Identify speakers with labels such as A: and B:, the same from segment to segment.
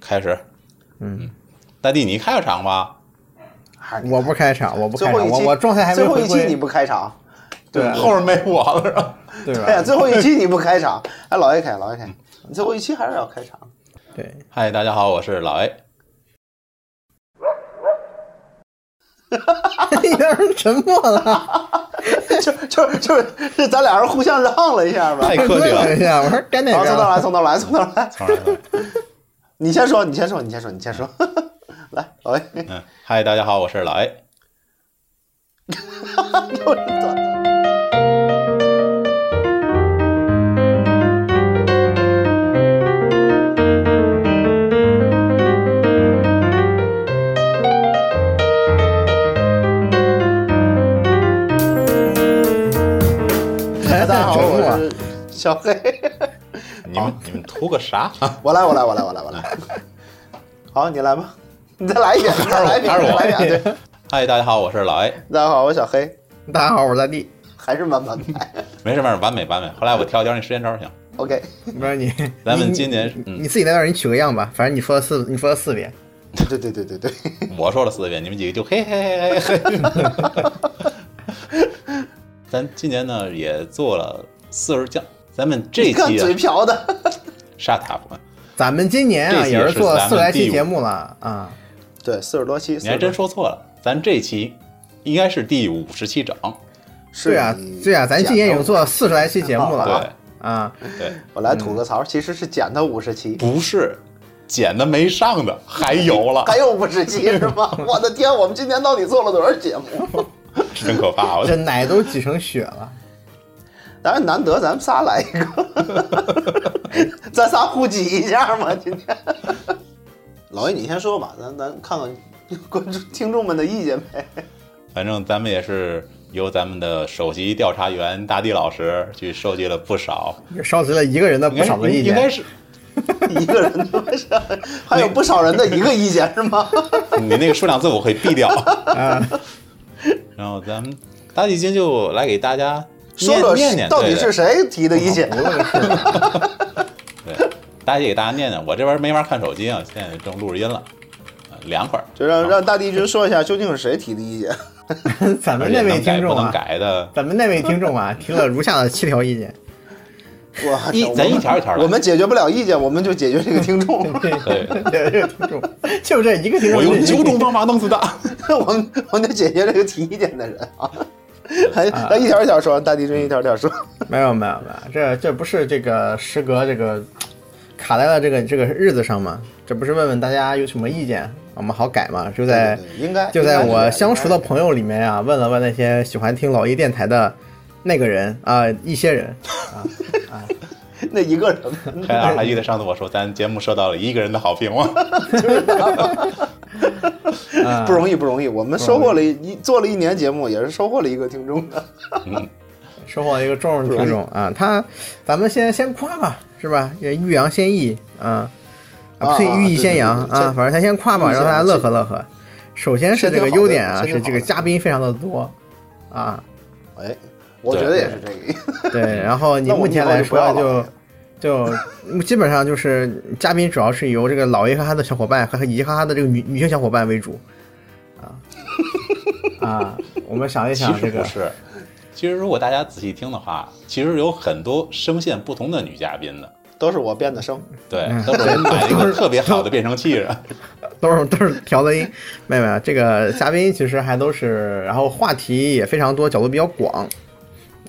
A: 开始，
B: 嗯，
A: 大弟你开个场吧，
C: 还是
B: 我不开场，我不
C: 最
B: 开
C: 后
B: 场，
C: 一
B: 我
C: 期，
B: 我状态还没
C: 最后
B: 回
C: 一
B: 归
C: 期你不开场，对
A: 后面没我了是吧？
B: 对
C: 哎呀，
B: 吧？
C: 最后一期你不开场，哎，老爷开，老爷开，你最后一期还是要开场。
B: 对，
A: 嗨，大家好，我是 老 A。
B: 有人沉默了，
C: 就就就是咱俩人互相让了一下
A: 太
C: 呗。
A: 客气了
B: 我一下，我说该哪
C: 好，
B: 边
C: 从头
B: 了？
C: 来，从头来，从头来。
A: 当然了
C: 你先说，你先说，你先说，你先说。 来，老魏，
A: 嗯，嗨，大家好，我是老 A。
C: 又是断的。大家好，我是 小黑。
A: 你
C: 哦
A: 们你们图个啥？
C: 我来，我来，我来，我来，我来。好，你来吧，你再来一遍，再来一遍，
A: 还是
C: 再
A: 我
C: 来一遍。对，
A: 嗨，大家好，我是老 A。
C: 大家好，我是小黑，
B: 大家好，我是大地。
C: 还是满满派。
A: 没事没事，完美完美。后来我调一调那时间轴行。
C: OK，
B: 不是你，
A: 咱们
B: 你
A: 今年
B: 你
A: 嗯
B: 你自己在那儿你取个样吧，反正你说了四，你说了四遍，
C: 对对对对对，
A: 我说了四遍，你们几个就嘿嘿嘿嘿 嘿。咱今年呢也做了四十将，咱们这
C: 你看
A: 期啊
C: 嘴瓢的，
A: 沙塔不？
B: 咱们今年啊
A: 这期
B: 也是做
A: 是咱
B: 了
A: 们
B: 四十来期
A: 第五
B: 节目了啊，
C: 对，四十多期，
A: 你还真说错了，咱这期应该是第五十期整。
C: 是
B: 对啊对啊，咱今年已经做了四十来期节目了
A: 对
B: 啊啊，
A: 对，
C: 我来
A: 嗯
C: 吐个槽，其实是剪到五十期，
A: 不是捡的没上的，还有 了，
C: 还有五 十期是吗？我的天，我们今年到底做了多少节目？
A: 真可 怕！我
B: 这奶都挤成血了，
C: 当然难得咱们仨来一个， 咱仨互挤一下嘛，今天。老爷，你先说吧，咱咱看看观众听众们的意见 呗。
A: 反正咱们也是由咱们的首席调查员大地老师去收集了不少，
B: 收集了一个人的
A: 应
B: 不
A: 该
B: 少的意
A: 应该
B: 见，
A: 是
C: 一个人的不是，还有不少人的一个意见是吗？
A: 嗯你那个数量字我会避掉。
B: 啊
A: 然后咱们大地君就来给大家
C: 说
A: 念
C: 说
A: 念念，
C: 到底
A: 对
C: 是谁提的意见？
A: 对对，大家给大家念念。我这边没法看手机啊，现在正录着音了，呃凉快儿。
C: 就让让大帝君说一下，究竟是谁提的意见？
B: 咱
A: 而且
B: 们那位
A: 能改
B: 听
A: 不
B: 众
A: 能
B: 啊，
A: 改的，
B: 咱们那位听众啊提了如下的七条意见，
C: 哇，
A: 一
C: 我们
A: 咱一条一条来
C: 我们解决不了意见，我们就解决这个听 众。
A: 对，
B: 对，这个听众就这一个听众，
A: 我用九种方法弄 死他。
C: 我们我们得解决这个提意见的人啊。还
B: 啊
C: 还一条一条说，大帝君一条一条说。
B: 没有没有没有，这这不是这个时隔这个卡在了这个这个日子上嘛？这不是问问大家有什么意见，我们好改嘛？就在
C: 对对对应该
B: 就在我相熟的
C: 应该是
B: 朋友里面啊，问了问那些喜欢听老一电台的那个人啊、一些人啊，
C: 那一个人，
A: 海尔还记得上次我说咱节目收到了一个人的好评吗？
B: 啊
C: 不容易不容易。我们收获了一做了一年节目，也是收获了一个听众的。
B: 收获了一个重视听众啊，他咱们先先夸吧，是吧？也欲扬先抑啊，
C: 啊
B: 不对，
C: 啊
B: 欲抑先扬
C: 对对对
B: 啊，反正咱先夸吧，
C: 欲
B: 让
C: 先
B: 大家
C: 扬
B: 乐呵乐呵。首先是这个
C: 是挺好的
B: 优点啊，
C: 是挺
B: 是
C: 好
B: 这个
C: 的
B: 嘉宾非常的多啊，
C: 哎，我觉得也是这个意思。
B: 对，然后你
C: 那我
B: 目
C: 们以
B: 前
C: 后
B: 来
C: 就不要
B: 说就
C: 了
B: 就基本上就是嘉宾主要是由这个老爷和他的小伙伴和以及和他的这个女女性小伙伴为主啊 啊，我们想一
A: 其
B: 想
A: 实
B: 这
A: 不
B: 个
A: 是，其实如果大家仔细听的话，其实有很多声线不同的女嘉宾的，
C: 都是我变的声，
A: 对，
B: 嗯
A: 都是我买了一 个特别好的变声器的。
B: 都是都是调的音，妹妹，这个嘉宾其实还都是，然后话题也非常多，角度比较广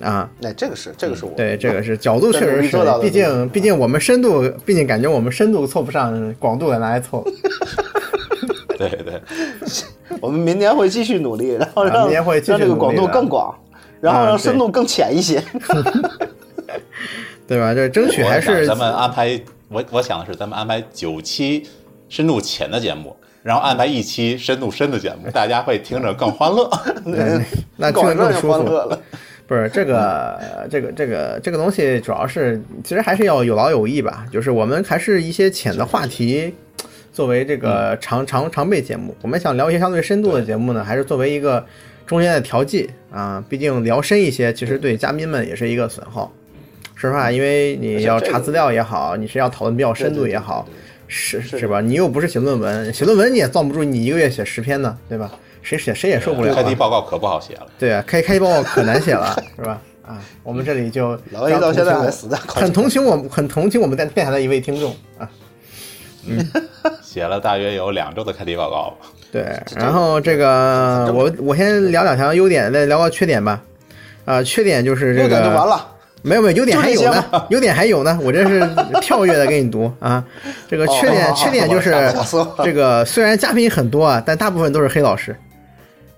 B: 啊。
C: 那这个是这个是我
B: 对，这个是角度确实是
C: 这是你说到，的
B: 毕竟毕竟我们深度，毕竟感觉我们深度凑不上，广度也拿来凑。
A: 对对，
C: 我们明年会继续努力，然后
B: 啊
C: 让
B: 明年会继续
C: 让这个广
B: 努
C: 度
B: 力的
C: 更广，然后
B: 啊
C: 让
B: 对
C: 深度更浅一些。
B: 对吧？这争取还
A: 我想
B: 是
A: 咱们啊安排，我我想的是咱们安排九期深度浅的节目。然后安排一期深度深的节目，大家会听着更欢乐。
B: 嗯那听得
C: 广让
B: 更
C: 人
B: 舒
C: 欢
B: 服。
C: 乐了。
B: 不是这个，这个，这个，这个东西主要是，其实还是要有劳有逸吧。就是我们还是一些浅的话题，作为这个常常常备节目。我们想聊一些相对深度的节目呢，还是作为一个中间的调剂啊。毕竟聊深一些，其实对嘉宾们也是一个损耗。说实话，因为你要查资料也好，你是要讨论比较深度也好，是
C: 是
B: 是吧？你又不是写论文，写论文你也造不住你一个月写十篇呢，对吧？谁写谁也 受不了、
A: 开题
B: 啊。
A: 报告可不好写了，
B: 对啊，开开题报告可难写 了，是吧？啊，我们这里就
C: 老 A 到现在还
B: 很
C: 死在考
B: 很同情我们，很同情我们在电台的一位听众啊。
A: 写了大约有两周的开题报告吧。
B: 对，然后这个我我先聊两条优点，再聊聊缺点吧。啊、缺点就是这
C: 这
B: 个
C: 个就完了。
B: 没有没有，优点还有
C: 就这些
B: 呢，优点还有呢，我这 是跳跃的给你读啊。这个缺点、
C: 哦
B: 缺点就是
C: 好好好好好好
B: 这个虽然嘉宾很多啊，但大部分都是黑老师。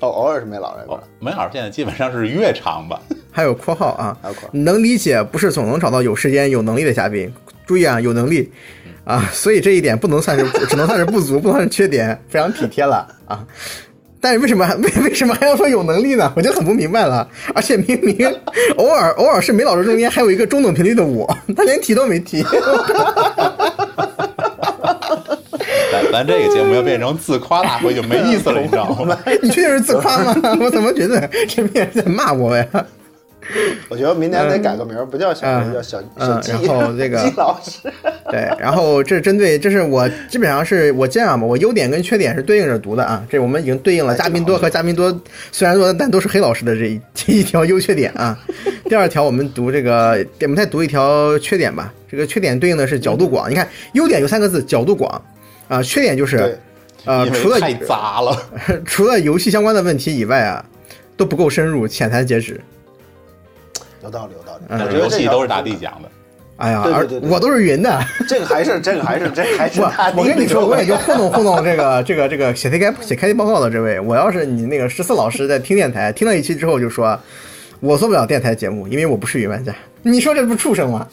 C: 哦，偶尔是没老人过来。
A: 梅老师现在基本上是越长吧，
B: 还有括号啊
C: 还有括号，
B: 能理解不是总能找到有时间有能力的嘉宾，注意啊，有能力
C: 嗯
B: 啊，所以这一点不能算是只能算是不足，不能算是缺点，非常体贴了啊。但是为什么还 为为什么还要说有能力呢？我就很不明白了。而且明 明偶尔偶尔是梅老师中间还有一个中等频率的我，他连提都没提。
A: 咱咱这个节目要变成自夸大会就没意思了，你知道 吗？
B: 哎你确定是自夸吗？ 我怎么觉得这边人在骂我呀？
C: 我觉得明年得改个名儿，不叫小
B: 嗯
C: 刘，叫小
B: 嗯
C: 小季。
B: 然后这 个
C: 季老师，
B: 对，然后这是针对，这是我基本上是我这样吧，我优点跟缺点是对应着读的啊。这我们已经对
C: 哎
B: 应了嘉宾多和嘉宾多，虽然说但都是黑老师的这一这一条优缺点啊。第二条我们读这个，我们再读一条缺点吧。这个缺点对应的是角度广，你看优点有三个字，角度广啊、缺点就是
C: 对，
B: 呃，
A: 因
B: 除了
A: 为太杂了，
B: 除了游戏相关的问题以外啊，都不够深入，浅谈截止。
C: 有道理，有道理。
A: 但
B: 嗯
C: 我
A: 是
C: 觉得
A: 游
C: 这
A: 戏
C: 个
A: 都是大地讲的，
B: 哎呀，
C: 对对
B: 而
C: 对对
B: 我都是云的。
C: 这个还是这个还是这个还是
B: 我
C: 大地
B: 我跟 你说，
C: 主
B: 我也就糊弄糊弄这个这个这个写题开写开题报告的这位，我要是你那个十四老师在听电台，听了一期之后就说，我做不了电台节目，因为我不是云玩家。你说这不畜生吗？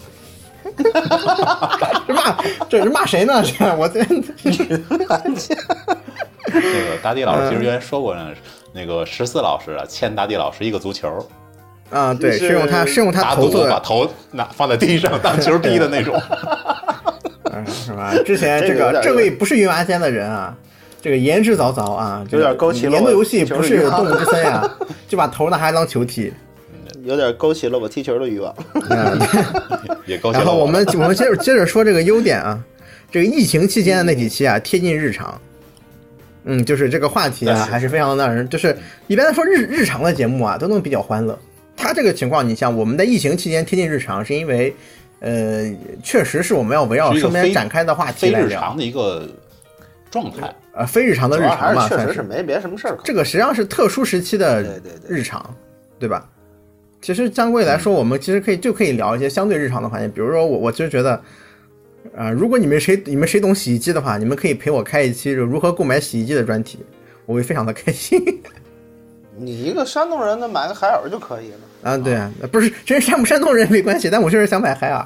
B: 这骂这是骂谁呢？这样 我这
A: 那个大地老师其实原来说过呢，那个十四老师啊欠大地老师一个足球，
B: 啊，对，
C: 是
B: 是用他是用他
A: 打
B: 投
A: 赌
B: 做
A: 把
B: 的，
A: 头拿放在地上当球踢的那 种，
B: 嗯，是吧？之前
C: 这
B: 这
C: 个有
B: 个
C: 点
B: 这位不是云玩家的人啊。这个言之凿凿啊，这个
C: 有点勾起了
B: 年度
C: 我
B: 游戏
C: 球
B: 不
C: 迷
B: 是
C: 啊
B: 动物之森 啊，就把头拿还当球踢，
C: 有点勾起了我踢球的欲望。
B: 嗯，
A: 也高兴
B: 然
A: 了。
B: 后我们 我们接着接着说这个优点啊，这个疫情期间的那几期啊，贴近日常。嗯，就是这个话题
A: 但
B: 啊，
A: 是
B: 还是非常让人，就是一般来说日日常的节目啊，都能比较欢乐。他这个情况，你像我们在疫情期间贴近日常，是因为，呃，确实是我们要围绕
A: 是一个
B: 身边
A: 非
B: 展开的话题
A: 非
B: 来
A: 日
B: 聊，
A: 常的一个状态，
B: 呃，非日常的
C: 主
B: 日
C: 要还
B: 常嘛，
C: 是确
B: 算
C: 实是没别什么事儿可
B: 这个实际上是特殊时期的
C: 对对对
B: 日常，对吧？其实相对来说，我们其实可以就可以聊一些相对日常的环节，比如说我我其实觉得，啊、如果你们谁你们谁懂洗衣机的话，你们可以陪我开一期就如何购买洗衣机的专题，我会非常的开心。
C: 你一个山东人的买个海尔就可以了。
B: 啊，对啊，不是，真山不山东人没关系，但我确实想买海尔，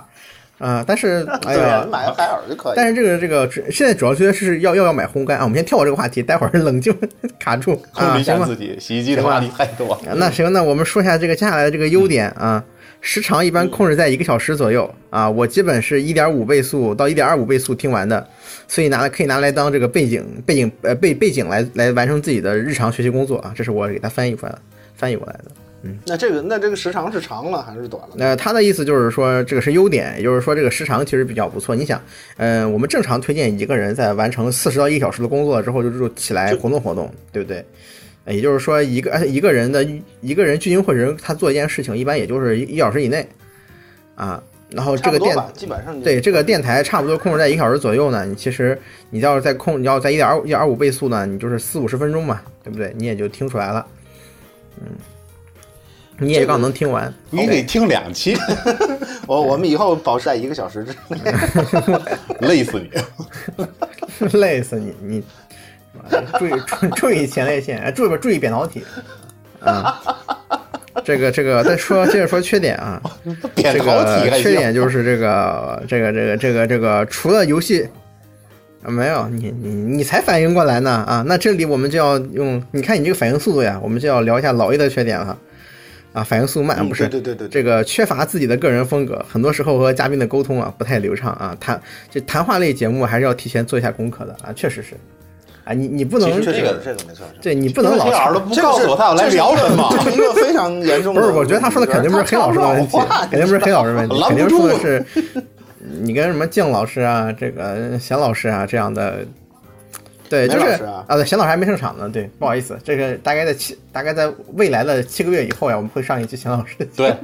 B: 啊、但 是哎
C: 对啊呀，
B: 呀
C: 你，买个海尔就可以。
B: 但是这个这个只现在主要觉得是要要要买烘干啊，我们先跳过这个话题，待会儿冷静 卡住
A: 控
B: 啊，
A: 制一
B: 行
A: 下
B: 吧
A: 自。己。洗衣机的话题太多了，
B: 啊那行，那我们说一下这个接下来的这个优点啊，时长一般控制在一个小时左右啊，我基本是一点五倍速到一点二五倍速听完的，所以拿来可以拿来当这个背景背景呃背背景来来完成自己的日常学习工作啊，这是我给它翻译过来的翻译过来的。
C: 那这个那这个时长是长了还是短了？
B: 那、他的意思就是说，这个是优点，也就是说这个时长其实比较不错。你想，嗯、我们正常推荐一个人在完成四十到一个小时的工作之后，就就起来活动活动，对不对？呃也就是说，一个呃一个人的一个人聚精会神，他做一件事情，一般也就是一一小时以内啊。然后这
C: 差
B: 个
C: 不多
B: 电
C: 吧，基本上就
B: 对这个电台差不多控制在一个小时左右呢。你其实你要是在控，你要在一点二一点二五倍速呢，你就是四五十分钟嘛，对不对？你也就听出来了，嗯，你也刚能听完。
A: 你得听两 期，
C: 我我们以后保持在一个小时之内。
A: 累死你。
B: 累死你！你注意注注意前列腺，哎注意注意扁桃体。啊，这个这个，再说接着说缺点啊，
A: 扁
B: 这
A: 桃体
B: 个
A: 还
B: 缺
A: 行，
B: 点就是这个这个这个这个这个，除了游戏啊，没有你你你才反应过来呢啊！那这里我们就要用，你看你这个反应速度呀，我们就要聊一下老 A 的缺点了啊，反应速度慢
C: 嗯
B: 不是？
C: 对对对对对
B: 这个缺乏自己的个人风格，很多时候和嘉宾的沟通啊不太流畅啊。谈这谈话类节目还是要提前做一下功课的啊，确实是啊，你你不能
A: 其实
C: 确实
A: 这个
C: 这个没错，
B: 对你不能老
A: 黑老师
B: 插
A: 都不告诉我他要来聊什么，
C: 这是一个非常严重
B: 不
C: 的。
B: 是，我觉得他说的肯定不是黑老师的问题
C: 他插不上话，
B: 肯定不是黑老师的问题，
A: 拦
B: 肯
A: 不
B: 定
A: 住
B: 说的是你跟什么静老师啊、这个贤老师啊这样的。对，
C: 梅
B: 就是
C: 老师啊
B: 对，贤老师还没上场呢，对，不好意思，这个大概在七，大概在未来的七个月以后呀，我们会上一期贤老师的 节
A: 对，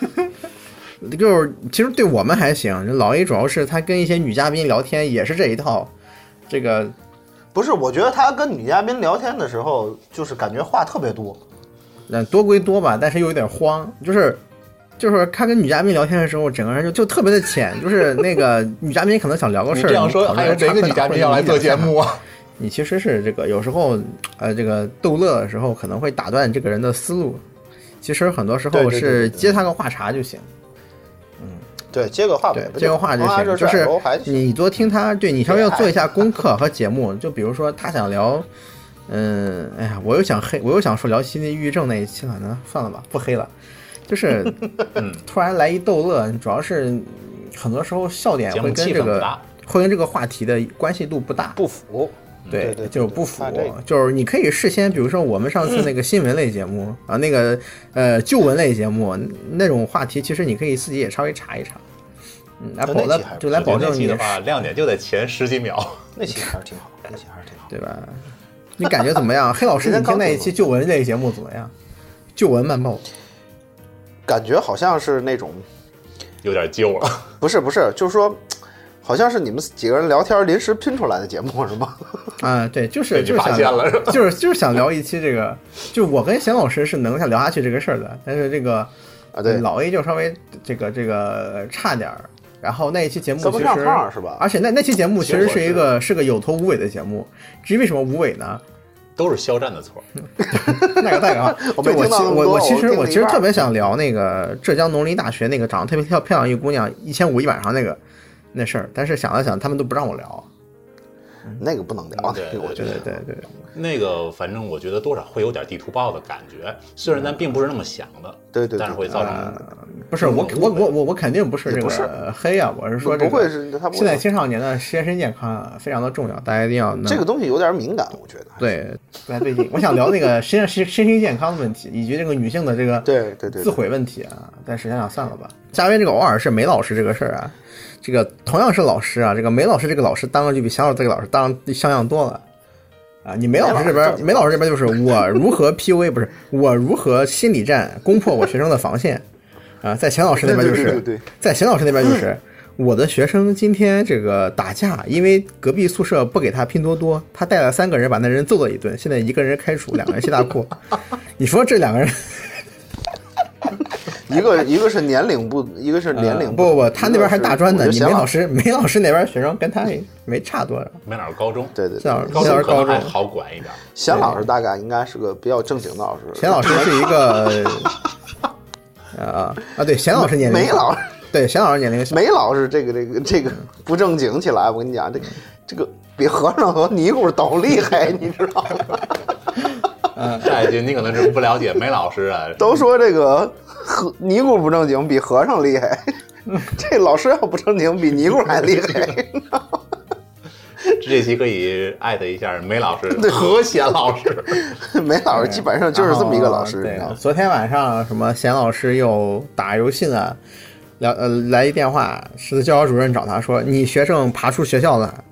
B: 目，就是其实对我们还行，老 A 主要是他跟一些女嘉宾聊天也是这一套，这个
C: 不是，我觉得他跟女嘉宾聊天的时候，就是感觉话特别多。
B: 嗯，多归多吧，但是又有点慌，就是就是他跟女嘉宾聊天的时候，整个人就就特别的浅，就是那 个女嘉宾可能想聊个
A: 你
B: 事儿，
A: 这样说，
B: 讨
A: 还
B: 论
A: 有
B: 插
A: 哪
B: 科
A: 个女
B: 打
A: 嘉
B: 诨
A: 宾要来
B: 你
A: 做
B: 想
A: 节
B: 想
A: 目 啊？
B: 你其实是这个有时候呃这个逗乐的时候，可能会打断这个人的思路，其实很多时
C: 对
B: 候
C: 对对
B: 是
C: 对对
B: 接他个话茬就行。
C: 对，接个话
B: 对，这个话就行，就是你多听他，对你稍微要
A: 哎
B: 做一下功课和节目，就比如说他想聊，嗯，哎呀，我又想黑，我又想说聊心理抑郁症那一期了，那算了吧，不黑了，就是， 嗯，突然来一逗乐，主要是很多时候笑点
A: 节目
B: 会跟
A: 气
B: 这
A: 氛不
B: 个
A: 搭，
B: 会跟这个话题的关系度不大，
C: 不服。
A: 嗯
C: 对对，
B: 就是不符
C: 怕这个，
B: 就是你可以事先，比如说我们上次那个新闻类节目、啊，那个呃旧闻类节目那种话题，其实你可以自己也稍微查一查，嗯，来
C: 那
B: 保
C: 那
B: 的
C: 期还
B: 就来
A: 我觉
B: 保
A: 得那
B: 证
A: 期
B: 你
A: 的话，亮点就在前十几秒。
C: 那期还是挺好，那期还是挺好。
B: 对吧？你感觉怎么样？黑 老师，你听那一期旧闻类节目怎么样？旧闻慢 报，
C: 感觉好像是那种，
A: 有点揪了，
C: 不是不是，就是说，好像是你们几个人聊天临时拼出来的节目是吗？
B: 啊，对，就是
A: 被你
B: 就是
A: 发
B: 想
A: 现了是吧
B: 就是就是想聊一期这个，就我跟贤老师是能想聊下去这个事儿的，但是这个
C: 啊，对，
B: 老 A 就稍微这个这个差点儿。然后那一期节目
C: 跟不
B: 其
C: 上
B: 实
C: 趟儿是吧
B: 而且那那期节目其
A: 结
B: 实
A: 果
B: 是一
A: 是
B: 个是个有头无尾的节目，至于为什么无尾呢？
A: 都是肖战的错。
B: 那个代表啊，
C: 我
B: 就
C: 没
B: 我
C: 听到
B: 其
C: 那么
B: 我
C: 多
B: 我其
C: 我
B: 实
C: 听
B: 我
C: 了
B: 其
C: 一
B: 实
C: 半
B: 特别想聊那个浙江农林大学那个长得特别漂漂亮一姑娘一千五一晚上那个那事儿，但是想了想，他们都不让我聊。
C: 那个不能聊，
A: 对
C: 那个我觉
B: 对
C: 得
B: 对对对，
A: 那个反正我觉得多少会有点地图炮的感觉，虽然咱并不是那么想的，
C: 对对对
A: 但是会造成
B: 呃，不是我我我我我肯定不是这
C: 嗯不是
B: 个黑啊，我是说这
C: 不
B: 个
C: 会是他不
B: 现在青少年的身心健康啊非常的重要，大家一定要弄
C: 这个东西有点敏感，我觉得。
B: 对不太对劲。我想聊那个身身身心健康的问题，以及这个女性的这个
C: 对对对
B: 自
C: 对，
B: 毁问题啊，但是想想算了吧。嘉威这个偶尔是梅老师这个事儿啊，这个同样是老师啊，这个梅老师这个老师当然就比祥老师这个老师当然像样多了啊。你梅老师这边，梅老师这边就是我如何 PUA 不是我如何心理战攻破我学生的防线啊，在钱老师那边就
C: 对对
B: 是
C: 对对对
B: 在钱老师那边就是。我的学生今天这个打架，因为隔壁宿舍不给他拼多多，他带了三个人把那人揍了一顿，现在一个人开除，两个人谢大裤。你说这两个人
C: 一个一个是年龄不，一个是年
B: 呃
C: 龄
B: 啊不不不，他那边还大专呢。你梅老
C: 老师，
B: 师，梅老师那边学生跟他也没差多少。
A: 没哪儿高中，
C: 对对
B: 谢老
C: 对，
B: 师，
A: 高
B: 谢老
A: 中
B: 师
A: 可
B: 高
A: 能还
B: 中，
A: 好管一点。
C: 贤老师大概应该是个比较正经的老师，
B: 钱老师是一 个，啊啊，对，钱老师年龄
C: 梅
B: 小，
C: 老师。
B: 对，钱老师年龄小，
C: 梅老师这个这个这个不正经起来，我跟你讲，这个这个比和尚和尼姑都厉害，你知道吗？
A: 下一句你可能是不了解梅老师啊，
C: 都说这个和尼姑不正经，比和尚厉害。这老师要不正经，比尼姑还厉害。
A: 这期可以艾特一下梅老师和贤老师。
C: 梅老师基本上就是这么一个老师，你
B: 对啊
C: 知道吗，
B: 昨天晚上什么贤老师又打游戏呢，聊呃来一电话，是教导主任找他说你学生爬出学校了，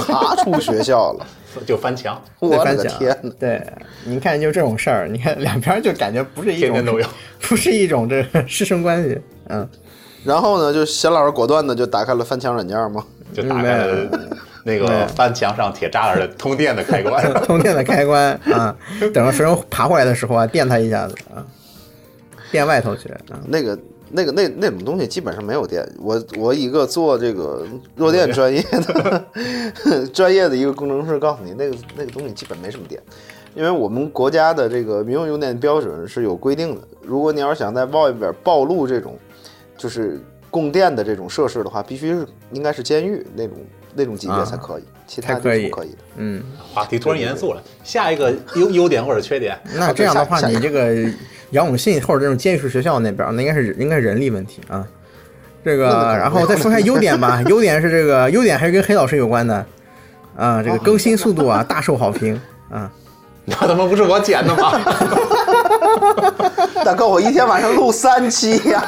C: 爬出学校了，
A: 就翻墙，
B: 对
C: 我
B: 翻
C: 的个
B: 墙
C: 天哪！！
B: 对，你看就这种事儿，你看两边就感觉不是一种
A: 天天都有，
B: 不是一种这个师生关系，嗯。
C: 然后呢，就贤老师果断的就打开了翻墙软件嘛，
A: 就打开了那个翻墙上铁栅栏的通电的开 关。
B: 充电的开关啊，等着学生爬回来的时候啊，电他一下子啊，电外头去啊。
C: 那个。那个那那种东西基本上没有电，我我一个做这个弱电专业的 专业的一个工程师告诉你，那个那个东西基本没什么电，因为我们国家的这个民用用电标准是有规定的，如果你要是想在外边暴露这种就是供电的这种设施的话，必须是应该是监狱那种那种级别才可以，其他
B: 啊才
C: 就
B: 可以
C: 是不可以的。
B: 嗯，
A: 话题突然严肃了。下一个优优点或者缺点，
B: 那这样的话，
C: 下下一
B: 你
C: 个
B: 这个杨永信或者这种监狱式学校那边儿，那应该是应该是人力问题啊。这个
C: 那可不，
B: 然后再说一下优点 吧。优点是这个，优点还是跟黑老师有关的啊。这个更新速度啊，大受好评啊。
A: 那他妈不是我剪的吗？
C: 大哥，我一天晚上录三期呀、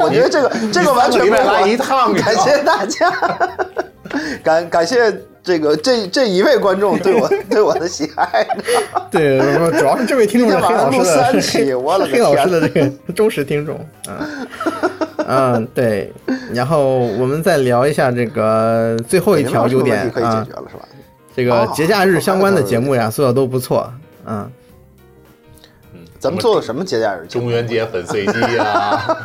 C: 我觉得这个这个完全
A: 你
C: 不
A: 上个礼拜
C: 合
A: 来一趟你知道
C: 感
A: 吗
C: 谢大家，感感谢这个这这一位观众对我对我的喜爱。
B: 对，我主要是这位听众是黑老师
C: 一天晚上录
B: 的
C: 三期我的个
B: 黑老师的这个忠实 听众啊。嗯，对。然后我们再聊一下这个最后一条优点
C: 问题可以
B: 啊
C: 解决，了是吧？
B: 这个节假日相关的
C: 哦
B: 节目呀，做的都不错。嗯
C: 咱们做的什么节假日？
A: 中元节粉碎机 呀，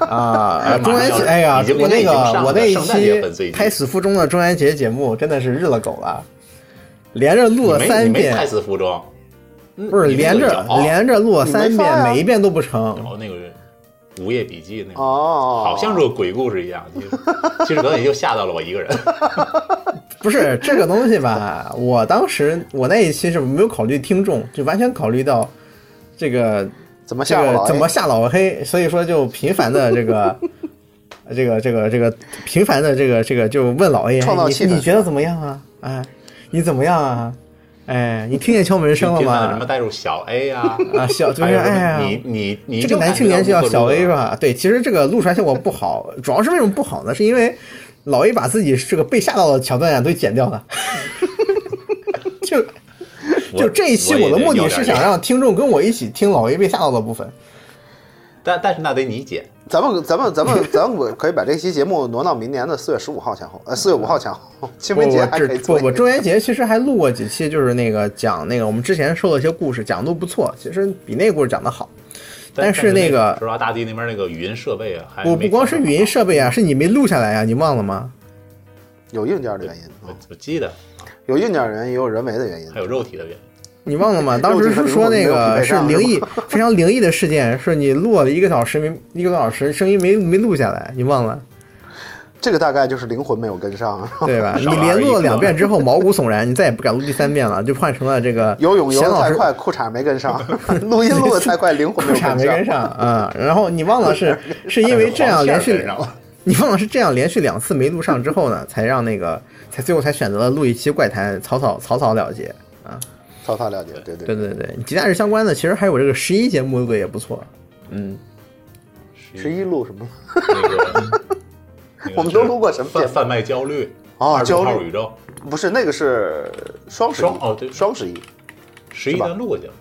B: 啊，
A: 哎
B: 中元
A: 马
B: 节，
A: 上
B: 哎呀
A: 已，经
B: 我那
A: 已
B: 个
A: 经上了
B: 我那一
A: 圣诞节粉
B: 期
A: 碎机
B: 胎死腹中的中元节节目真的是日了狗了，连着录了
A: 你没你
B: 三
A: 没
B: 遍，
A: 太死服装，
B: 不是
A: 你没
B: 连
A: 有
B: 着
A: 哦
B: 连着录了三
C: 你没发
B: 遍，
C: 呀
B: 每一遍都不成。
A: 哦那个午夜笔记那个，
C: 哦，
A: 好像是个鬼故事一样。其实其实可能也就吓到了我一 个人。
B: 不是这个东西吧？我当时我那一期是没有考虑听众，就完全考虑到这个
C: 怎么啊
B: 这
C: 吓我
B: 个
C: 了？
B: 怎么下老黑， 所以说就频繁的这个 这个这个这个频繁的这个这个就问老 A，
C: 创造气氛
B: 你你觉得怎么样啊？哎，你怎么样啊？哎，你听见敲门声了
A: 频繁地什么
B: 吗？
A: 带入小 A 呀？
B: 啊，小就
A: 还
B: 是
A: 有什么
B: 哎呀，
A: 你你你
B: 这个
A: 就
B: 男青年就
A: 感觉
B: 叫
A: 到不
B: 小
A: 合
B: A
A: 格
B: 是？吧？对，其实这个录出来效果不好， 主要是为什么不好呢？是因为老 A 把自己这个被吓到的桥段呀啊都剪掉了。 就
A: 我
B: 就这一期，
A: 我
B: 我的
A: 也
B: 目的
A: 有点
B: 是想
A: 这
B: 让听众跟我一起听老 A 被吓到的部分。
A: 但但是那得你剪，
C: 咱们咱们咱们咱们可以把这期节目挪到明年的四月十五号前后，呃，四月五号前后，清
B: 不
C: 明节
B: 我
C: 还
B: 这
C: 可以做
B: 不
C: 一个。
B: 我中元节其实还录过几期，就是那个讲那个我们之前说的一些故事，讲的都不错，其实比那故事讲的好。但是
A: 是
B: 那个
A: 中华大地那边那个语音设备啊，
C: 哎
A: 还
B: 我
A: 没
B: 不光是
A: 调整
B: 语音设备啊，是你没录下来啊，你忘了吗？
C: 有硬件的原因
A: 好，
C: 啊
A: 我，我记得
C: 有硬件的原因，也有人为的原因
A: 还。有肉体的原因。
B: 你忘 了吗？当时是说那个是灵异， 非常灵异的事件，是你录了一个小时没一个多小时，声音没没录下来，你忘 了
C: 这个大概就是灵魂没有跟上，
B: 对吧？你
C: 啊
A: 少了
B: 连录了
A: 一个
B: 两遍之后毛骨悚然，你再也不敢录第三遍了，就换成了这个
C: 游泳游
B: 贤
C: 得
B: 老
C: 太
B: 师
C: 快，裤衩没跟上，录音录的太快，灵魂
B: 裤
C: 没有
B: 衩
C: 跟
B: 没跟
C: 上。
B: 上啊、嗯然后你忘 了是是因为这样连续
A: 但是黄线儿跟上了
B: 你忘了是这样连续两次没录上之后呢，才让那个才最后才选择了录一期怪谈，草草草草了结。
C: 曹操了解，对对
B: 对对对，节假日相关的其实还有这个十一节目录的也不错。嗯，
C: 十一录什么？
A: 那个那个
C: 我们都录过什么
A: 贩
C: 节目
A: 贩卖焦虑
C: 哦
A: 25
C: 焦虑
A: 号宇宙
C: 不是那个是双十一
A: 双哦对
C: 双十一
A: 十
C: 是
A: 一
C: 吧
A: 咱录过去了，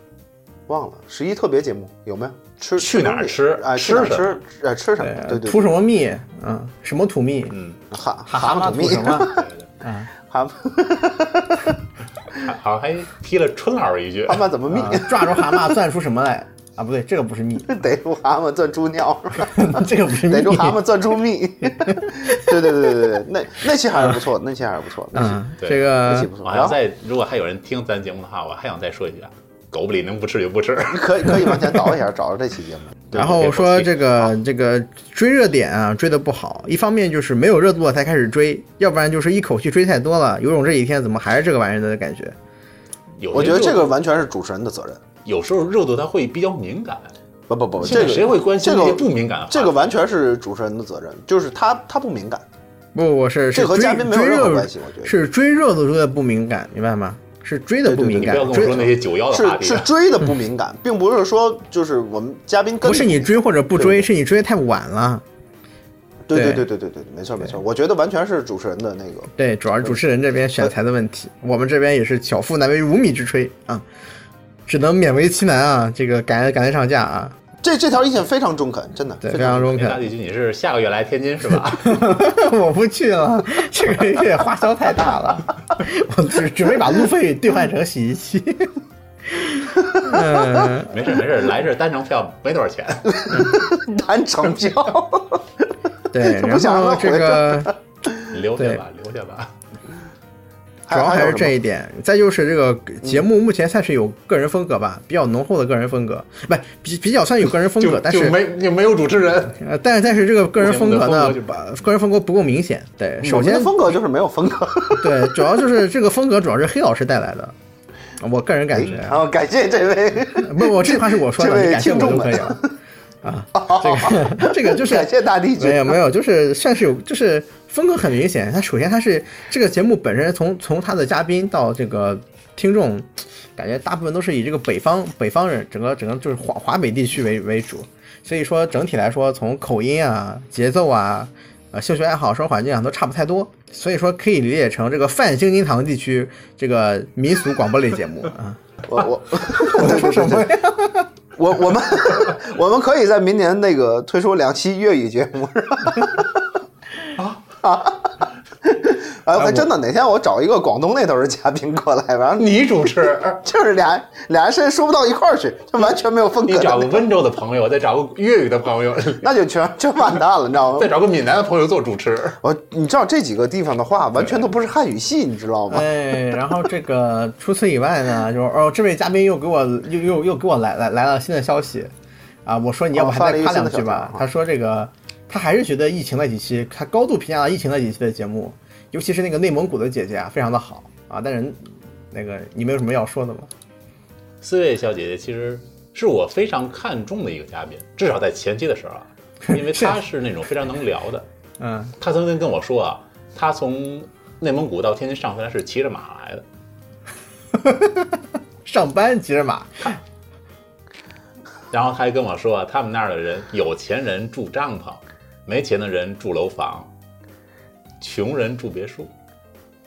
C: 忘了十一特别节目有没有？吃
A: 去哪儿
C: 吃东西
A: 吃
C: 哎，去哪儿
A: 吃什
C: 吃哎吃什么？对对
B: 吐呃
C: 对，
B: 什么蜜？嗯，什么吐蜜？
A: 嗯，
C: 蛤
B: 蛤
C: 蛤蟆
B: 吐
C: 吐蜜
B: 什， 么？
A: 对对
C: 蛤蟆
A: 对还好像还踢了春老师一句
C: 蛤，蟆怎么蜜？
B: 啊抓住蛤蟆攥出什么来？啊，不对，这个不是蜜，
C: 逮住蛤蟆钻猪尿，
B: 这个不是蜜
C: 逮。住蛤蟆钻猪蜜。 对对对对对对，那那期还是不错，那期还是不错，那期
B: 嗯，
A: 对
B: 这
C: 那期
B: 个
C: 不错。啊
A: 我还想
C: 然后
A: 再，如果还有人听咱节目的话，我还想再说一句啊，狗不理能不吃就不 吃。
C: 可以可以往前倒一下，找着这期节目。
A: 对
B: 然
A: 我可
B: 后
A: 以
B: 说
A: 去
B: 这个这个追热点啊，追的不好，一方面就是没有热度了才开始追，要不然就是一口气追太多了，有种这几天怎么还是这个玩意儿的感觉。
A: 有些
C: 我觉得这
A: 热
C: 个
A: 度
C: 完全是主持人的责任。
A: 有时候热度它会比较敏感，
C: 不不不，
A: 现
C: 这
A: 在
C: 个
A: 谁会关心
C: 这
A: 那
C: 个
A: 些不敏感的话
C: 这个完全是主持人的责任，就是他他不敏感，
B: 不，我是
C: 这
B: 是
C: 和
B: 追
C: 嘉宾没有
B: 追
C: 任何
B: 热
C: 关系我觉得
B: 是追热度追的不敏感，明白吗？是追的不敏
A: 你
B: 感
A: 不要跟，我
B: 追
A: 说那些九幺的话
C: 是
A: 题
C: 是
A: 啊。
C: 追的不敏感，并不是说就是我们嘉宾跟
B: 不是你追或者不追，
C: 对
B: 是你追太晚了。
C: 对对
B: 对
C: 对对对对，没错没错，我觉得完全是主持人的那个。
B: 对，主要是主持人这边选材的问题，我们这边也是小富难为无米之炊啊，只能勉为其难啊。这个赶赶得上架啊，
C: 这这条意见非常中肯，真的。
B: 对，非常中
A: 大
B: 肯。
A: 地君，你是下个月来天津是 吧？
B: 我不去了，这个有点花销太大了， 我只准备把路费兑换成洗衣机。嗯，
A: 没事没事，来这儿单程票没多少钱。
C: 单程票，
B: 对，
C: 不
B: 然
C: 想
B: 后
C: 了
B: 这
C: 回
B: 个。
A: 留下吧，留下吧。
B: 主要
C: 还
B: 还是
C: 有什
B: 这
C: 么
B: 一点。再就是这个节目目前算是有个人风格吧，比较浓厚的个人风格，不比比较算有个人风格，
A: 就
B: 但
A: 就是没就没有主持人，
B: 呃，但是但是这个个人
A: 目前
B: 风
A: 的
B: 格
A: 风
B: 呢
A: 格就，
B: 把个人风格不够明显。对，
C: 我
B: 首
C: 们
B: 先
C: 的风格就是没有风格。
B: 对，主要就是这个风格主要是黑老师带来的，我个人感觉。啊
C: 然后感谢这 位，
B: 不，我这话是我说
C: 这
B: 的，
C: 位
B: 你感谢我
C: 听
B: 就
C: 众
B: 可
C: 们
B: 以了。啊，这个这个就是
C: 感谢大地
B: 没
C: 君。
B: 有没有，就是算是有，就是风格很明显。它首先它是这个节目本身从从它的嘉宾到这个听众，感觉大部分都是以这个北方北方人，整个整个就是华华北地区为为主。所以说整体来说，从口音啊、节奏啊、呃兴趣爱好、生活环境啊都差不太多。所以说可以理解成这个泛京津唐地区这个民俗广播类节目啊。
C: 我 我我说什
B: 么
C: 呀？我我们我们可以在明年那个推出两期粤语节目。啊！哎，真的，哪天我找一个广东那头的嘉宾过来，完了
A: 你主持，
C: 就是俩俩人甚至说不到一块儿去，就完全没有风格
A: 你
C: 的那
A: 找个
C: 种，
A: 温州的朋友，再 找个粤语的朋友，
C: 那就全全完蛋了，你知道吗
A: 再？找个闽南的朋友做主持。
C: 我你知道这几个地方的话，完全都不是汉语系，你知 道
A: 嗯
C: 吗？
B: 哎，然后这个除此以外呢， 就是哦，这位嘉宾又给我又又又给我来来来了新的消息，啊，我说你要不
C: 哦
B: 还
C: 发了
B: 再
C: 一
B: 夸
C: 个新
B: 两
C: 的
B: 句
C: 消
B: 吧
C: 息。啊
B: 他说这个他还是觉得疫情那几期，他高度评价了疫情那几期的节目，尤其是那个内蒙古的姐姐啊，非常的好啊。但是那个你们有什么要说的吗？
A: 四位小姐姐其实是我非常看重的一个嘉宾，至少在前期的时候 啊，因为她是那种非常能聊的。
B: 嗯，
A: 她曾经跟我说啊，她从内蒙古到天津上山是骑着马来的。
B: 上班骑着 马，
A: 然后她还跟我说啊，他们那儿的人有钱人住帐篷，没钱的人住楼房，穷人住别墅。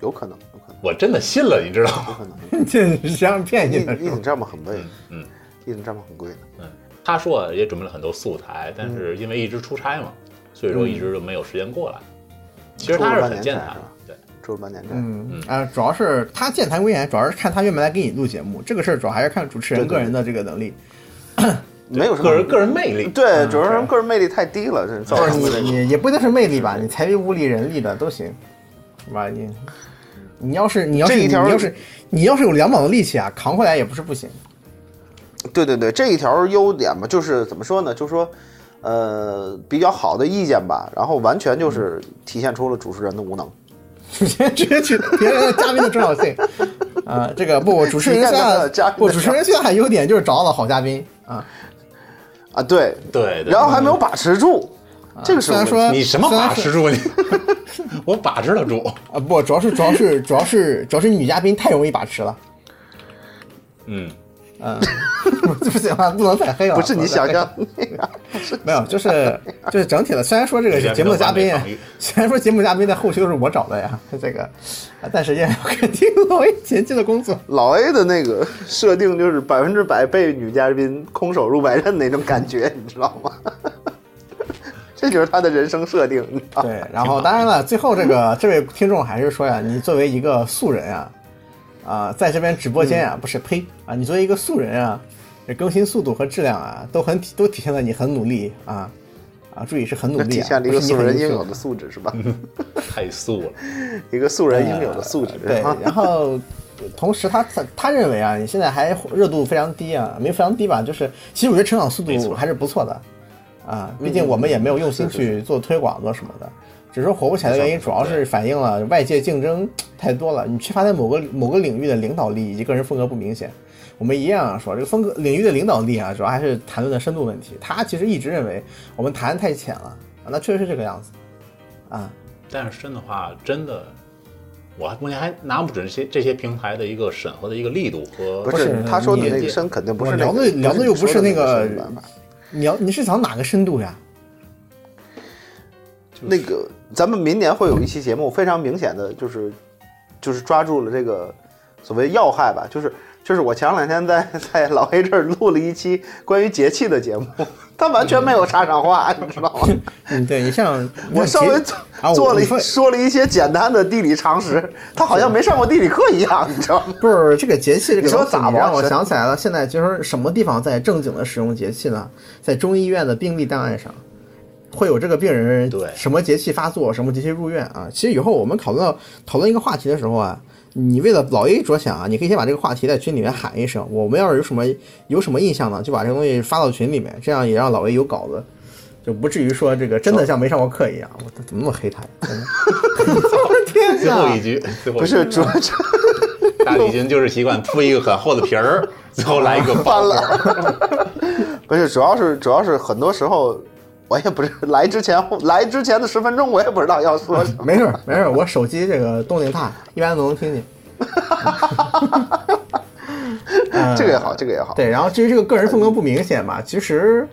C: 有可能，有可能，
A: 我真的信了，你知道吗？
C: 有可能。
B: 这是这样骗你的
C: 一
B: 是
C: 一
B: 吧？
C: 挺这么很贵的，
A: 嗯，
C: 一挺这么很贵的。
A: 他说啊也准备了很多素材，但
C: 嗯
A: 是因为一直出差嘛，所以说一直就没有时间过来。其实他是很健谈的，对，
C: 嗯住了半年站，
B: 嗯啊，主要是他健谈归言，主要是看他愿不愿意来给你录节目，这个事儿主要还是看主持人
C: 对对
B: 个人的这个能力。
C: 没有什么
A: 个人个人魅力。
C: 对，主要是个人魅力太低了，这造
B: 不是
C: 成的这
B: 哦你
C: 个。
B: 你也不一定是魅力吧，你财力、物力、人力的都行，是吧？你你要是你要是
C: 嗯这一
B: 你
C: 条
B: 要是你要是有两膀子力气啊，扛回来也不是不行。
C: 对对对，这一条优点吧，就是怎么说呢？就是说，呃，比较好的意见吧，然后完全就是体现出了主持人的无能。
B: 主持人直接去别人的嘉宾的重要性啊，这个不，我主持人
C: 你
B: 最
C: 看
B: 大
C: 咱们的嘉宾
B: 不，主持人最大的优点就是找到了好嘉宾啊。
C: 啊，对，
A: 对，对
C: 然后还没有把持住，这个是
B: 虽然
C: 我
B: 说
A: 你什么
B: 虽然
A: 把
B: 说
A: 持 住你？我把持得住。
B: 啊？不，主要是主要是主要是主要是女嘉宾太容易把持了，
A: 嗯，
B: 嗯，不行了，不能再黑了。
C: 不是你
B: 能再
C: 想
B: 黑
C: 象，
B: 没有，就是就是整体的。虽然说这个是节目的嘉宾
A: 完美防御，
B: 虽然说节目嘉宾在后期都是我找的呀， 这个，啊但实际上肯定我也前期的工作。
C: 老 A 的那个设定就是百分之百被女嘉宾空手入白刃那种感觉，你知道吗？ 这就是他的人生设定，你知道吗
B: 对， 然后当然了，最后这 个这位听众还是说呀，你作为一个素人啊，啊、在这边直播间啊，
C: 嗯
B: 不是呸啊，你作为一个素人啊，这更新速度和质量啊，都很体都体现在你很努力啊啊，注意是很努
C: 这
B: 力
C: 体
B: 啊，
C: 现了一
B: 不
C: 个
B: 是你
C: 素
B: 很
C: 人
B: 优
C: 应
B: 秀
C: 有的素质，是吧？
A: 太素了。
C: 一个素人应有的素质
B: 呃对
C: 啊，，
B: 然后 同时他他他认为啊，你现在还热度非常低啊，没有非常低吧，就是其实我觉得成长速度还是不错的啊，毕竟我们也没有用心去做推广做什么的。只是火不起来的原因，主要是反映了外界竞争太多了，你缺乏在某个某个领域的领导力以及个人风格不明显。我们一样啊说，这个风格领域的领导力啊，主要还是谈论的深度问题。他其实一直认为我们谈得太浅了啊，那确实是这个样子啊。
A: 但是真的话，真的，我还目前还拿不准这些这些平台的一个审核的一个力度和
C: 不
B: 不是
C: 是他说的那
A: 你
C: 个深肯定不是
B: 我
C: 那
B: 聊
C: 个
B: 的聊的又不是
C: 你
B: 那
C: 说
B: 个
C: 的那深吧
B: 你要你是想哪个深度呀？
C: 那个，咱们明年会有一期节目，非常明显的就是就是抓住了这个所谓要害吧，就是就是我前两天在在老黑这儿录了一期关于节气的节目，他完全没有插上话，你知道 吗？
B: 嗯，对你 像
C: 我稍微做
B: 啊，
C: 做
B: 我
C: 了一
B: 我说
C: 说了一些简单的地理常识，他好像没上过地理课一样，你知道吗？
B: 不是这个节气这个
C: 你说
B: 东西
C: 咋
B: 你
C: 玩
B: 让我
C: 神
B: 想起来了，现在就是什么地方在正经的使用节气呢？在中医院的病历档案上，会有这个病人
C: 对
B: 什么节气发作，什么节气入院啊。其实以后我们讨论到讨论一个话题的时候啊，你为了老 A 着想啊，你可以先把这个话题在群里面喊一声，我们要是有什么有什么印象呢，就把这个东西发到群里面，这样也让老 A 有稿子。就不至于说这个真的像没上过课一样，我怎么那么黑他呀？真的我的天哪！
A: 最后一局，最后
C: 啊不
A: 一局
C: 是主主
A: 大李军就是习惯铺一个很厚的皮 儿，最后来一个爆
C: 翻了， 不是主要是主要是很多时候我也不是来之前来之前的十分钟我也不知道要说什 么。
B: 没事儿没事儿，我手机这个动静大，一般都能听见。嗯
C: 这个也好，这个也好。
B: 对，然后至于这个个人风格不明显吧，其实，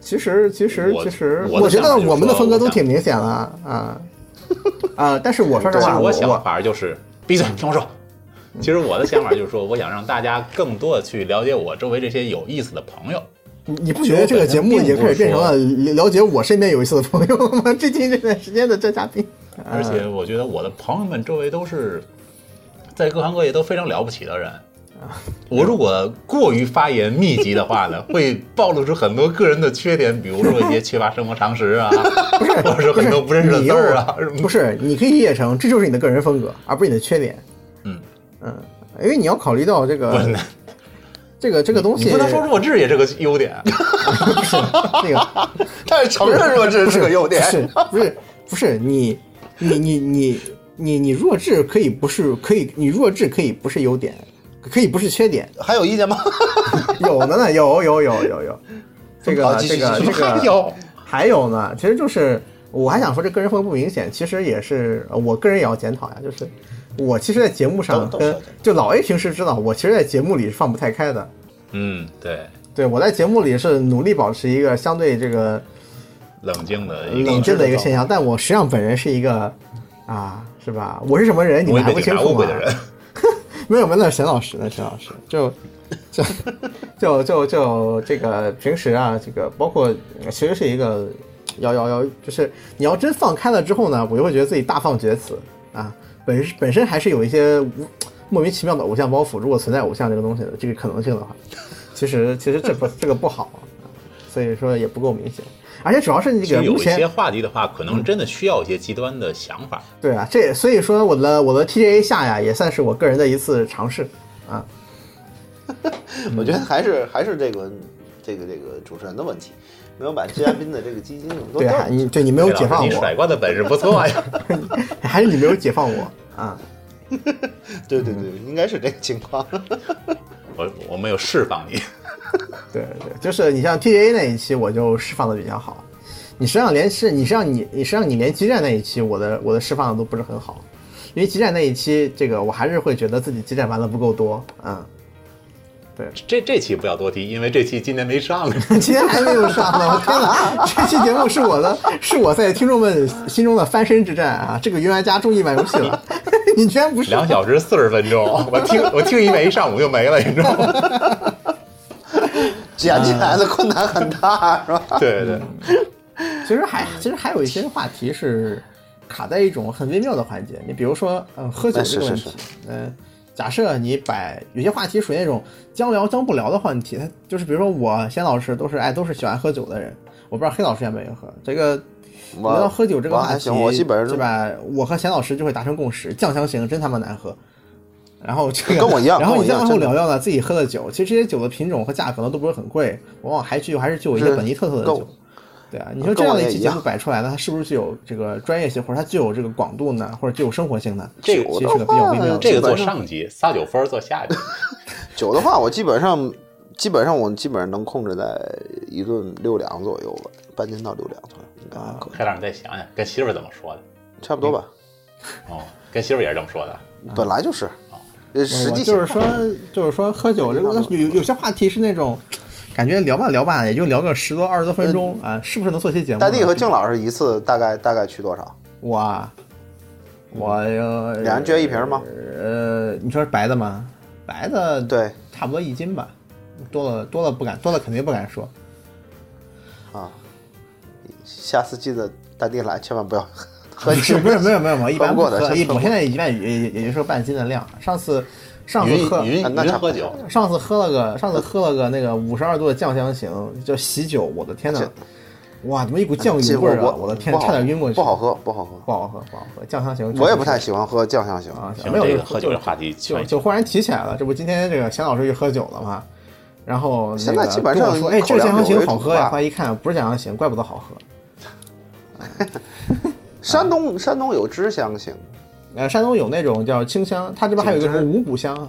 B: 其实，其实，
A: 我
B: 其实，
A: 我的
B: 我觉
A: 想
B: 得
A: 法就是
B: 我们的风格都
A: 说
B: 挺明显了 啊啊！但是我说实
A: 其实
B: 话，我
A: 我想法就是闭嘴，听我说。其实我的想法就是说，我想让大家更多的去了解我周围这些有意思的朋友。
B: 你你不觉得这个节目已经开始变成了了解我身边有意思的朋友了吗？ 最近这段时间的这嘉宾，
A: 而且我觉得我的朋友们周围都是在各行各业都非常了不起的人。我如果过于发言密集的话呢，会暴露出很多个人的缺点，比如说一些缺乏生活常识啊，或者说很多不认识的
B: 你
A: 字
B: 又
A: 儿啊什么
B: 不
A: 的。
B: 是，你可以理解成这就是你的个人风格，而不是你的缺点。
A: 嗯
B: 嗯，因为你要考虑到这
A: 不
B: 个
A: 能，
B: 这个这个东西，
A: 你不能说弱智也是个优点。啊
B: 那个
C: 但是承认弱智是个优点。
B: 是不是不是你你你你你你弱智可以不是可以你弱智可以不是优点，可以不是缺点，
C: 还有 意见吗？
B: 有的呢，有有有有有，这
C: 好
B: 个
C: 继
B: 这
C: 续
B: 个
C: 继
B: 这
C: 续
B: 个
C: 还有
B: 还有呢，其实就是我还想说，这个人风格不明显，其实也是呃我个人也要检讨呀，就是我其实，在节目上
C: 都都是要
B: 跟
C: 检讨
B: 就老 A 平时知道，我其实，在节目里是放不太开的，
A: 嗯，对，
B: 对我在节目里是努力保持一个相对这个
A: 冷静的一个
B: 冷静的一个现象，但我实际上本人是一个啊，是吧？我是什么人，你
A: 不会
B: 们还
A: 被
B: 不
A: 警
B: 清
A: 察
B: 楚
A: 误
B: 吗
A: 会？的人。
B: 没有没有，那是沈老师，那是沈老师 就就就就就这个平时啊，这个包括呃其实是一个要要要，就是你要真放开了之后呢，我就会觉得自己大放厥词啊，本本身还是有一些无莫名其妙的偶像包袱，如果存在偶像这个东西的这个可能性的话，其实其实这不这个不好、啊，所以说也不够明显，而且主要是你
A: 其
B: 这个
A: 实有
B: 目
A: 一
B: 前嗯
A: 些话题的话，可能真的需要一些极端的想法。
B: 对啊，这所以说我的我的 TGA 下呀，也算是我个人的一次尝试啊。
C: 我觉得还是还是这个这个这个主持人的问题，没有把嘉宾的这个基金都
B: 对啊，
C: 带。
B: 你对你没有
A: 对老
B: 解
A: 师
B: 放
A: 你甩
B: 我，
A: 瓜的本事不错 呀。
B: 还是你没有解放我啊？
C: 对对对，应该是这个情况。
A: 我我没有释放你。
B: 对对，就是你像 TGA 那一期，我就释放的比较好。你实际上连是，你实际上你你实际上你连基站那一期，我的我的释放的都不是很好，因为基站那一期，这个我还是会觉得自己基站玩的不够多，嗯。
A: 这这期不要多提，因为这期今年没上。
B: 今天还没有上呢，我天哪！这期节目是我的，是我在听众们心中的翻身之战啊！这个云玩家终于玩游戏了， 你居然不是
A: 两小时四十分钟，我听我听一遍一上午就没了，你知道吗？
C: 捡
B: 嗯
C: 起来的困难很大，是吧？
A: 对对，
B: 其实还其实还有一些话题是卡在一种很微妙的环节。你比如说，嗯，喝酒
C: 哎
B: 这
C: 是
B: 个问
C: 是
B: 题，嗯、假设你把有些话题属于那种将聊将不聊的话题，它就是比如说我贤老师都是哎都是喜欢喝酒的人，我不知道黑老师愿不愿意喝这个。
C: 我
B: 聊到喝酒这个
C: 我
B: 话
C: 还
B: 题，
C: 行我基本上是
B: 对吧？我和贤老师就会达成共识，酱香型真他妈难喝。然后这个
C: 跟我一 样
B: 然后
C: 跟我
B: 你
C: 一
B: 再
C: 样
B: 往后
C: 真的
B: 聊聊呢，自己喝的酒，其实这些酒的品种和价格呢都不是很贵，往往还具有还是具有一些
C: 是
B: 本地特色的
C: 跟
B: 酒
C: 我。
B: 对啊，你说这
C: 跟
B: 样
C: 我
B: 的一
C: 也
B: 期
C: 一
B: 节目
C: 样
B: 摆出来呢，它是不是具有这个专业性，或者它具有这个广度呢，或者具有生活性呢？
C: 这
B: 其实是个比较微妙的。
A: 这个做上集，撒酒疯儿做下集。
C: 酒的话，我基本上基本上我基本上能控制在一顿六两左右吧，半斤到六两左右，应该还可以，
B: 啊
A: 黑老师，你再想想，跟媳妇儿怎么说的？
C: 差不多吧。
A: 哦，跟媳妇儿也是这么说的。
C: 本来就是，呃，
B: 嗯
C: 实
B: 我
C: 际
B: 就是
C: 情
B: 说，就是说喝酒这个有有些话题是那种，感觉聊吧聊吧，也就聊个十多二十多分钟啊，是不是能做期节目呢？
C: 呃大地和静老师一次大概大概去多少？
B: 我啊，我要
C: 俩嗯人撅一瓶吗？
B: 呃，你说是白的吗？白的，
C: 对
B: 差不多一斤吧，多了多了不敢，多了肯定不敢 说。
C: 啊，下次记得大地来，千万不要
B: 不
C: 喝
B: 是
C: 酒。
B: 没有没有没有没有，一般
C: 喝不
B: 不
C: 过的
B: 喝。
C: 先
B: 一
C: 喝
B: 我
C: 过
B: 现在一般也也也就是半斤的量。上次上次
A: 云
B: 喝
A: 云
C: 啊那
A: 云
C: 差不
A: 喝
C: 多
A: 酒，
B: 上次喝了个上次喝了个那个五十二度的酱香型，就喜酒，我的天呐！哇，怎么一股酱油
C: 这
B: 味儿
C: 我
B: 啊！我的天
C: 不，好
B: 差点晕过去。
C: 不好，喝，不好喝。
B: 不好喝，不好喝，酱香型。
C: 我也不太喜欢喝酱香型，
B: 啊，
A: 行，
B: 没有
A: 这
B: 就
A: 个喝酒的话题
B: 就
C: 哎
A: 全
B: 就忽然提起来了，这不今天这个钱老师去喝酒了嘛，然后那
C: 现在
B: 个
C: 基本
B: 跟我
C: 上
B: 说，哎，
C: 口
B: 这个
C: 粮
B: 酱香
C: 酒为
B: 型好
C: 主
B: 喝呀，
C: 吧
B: 后来一看不是酱香型，怪不得好喝。
C: 山东山东有芝香型，
B: 呃，山东有那种叫清香，它这边还有一个什么五谷香啊，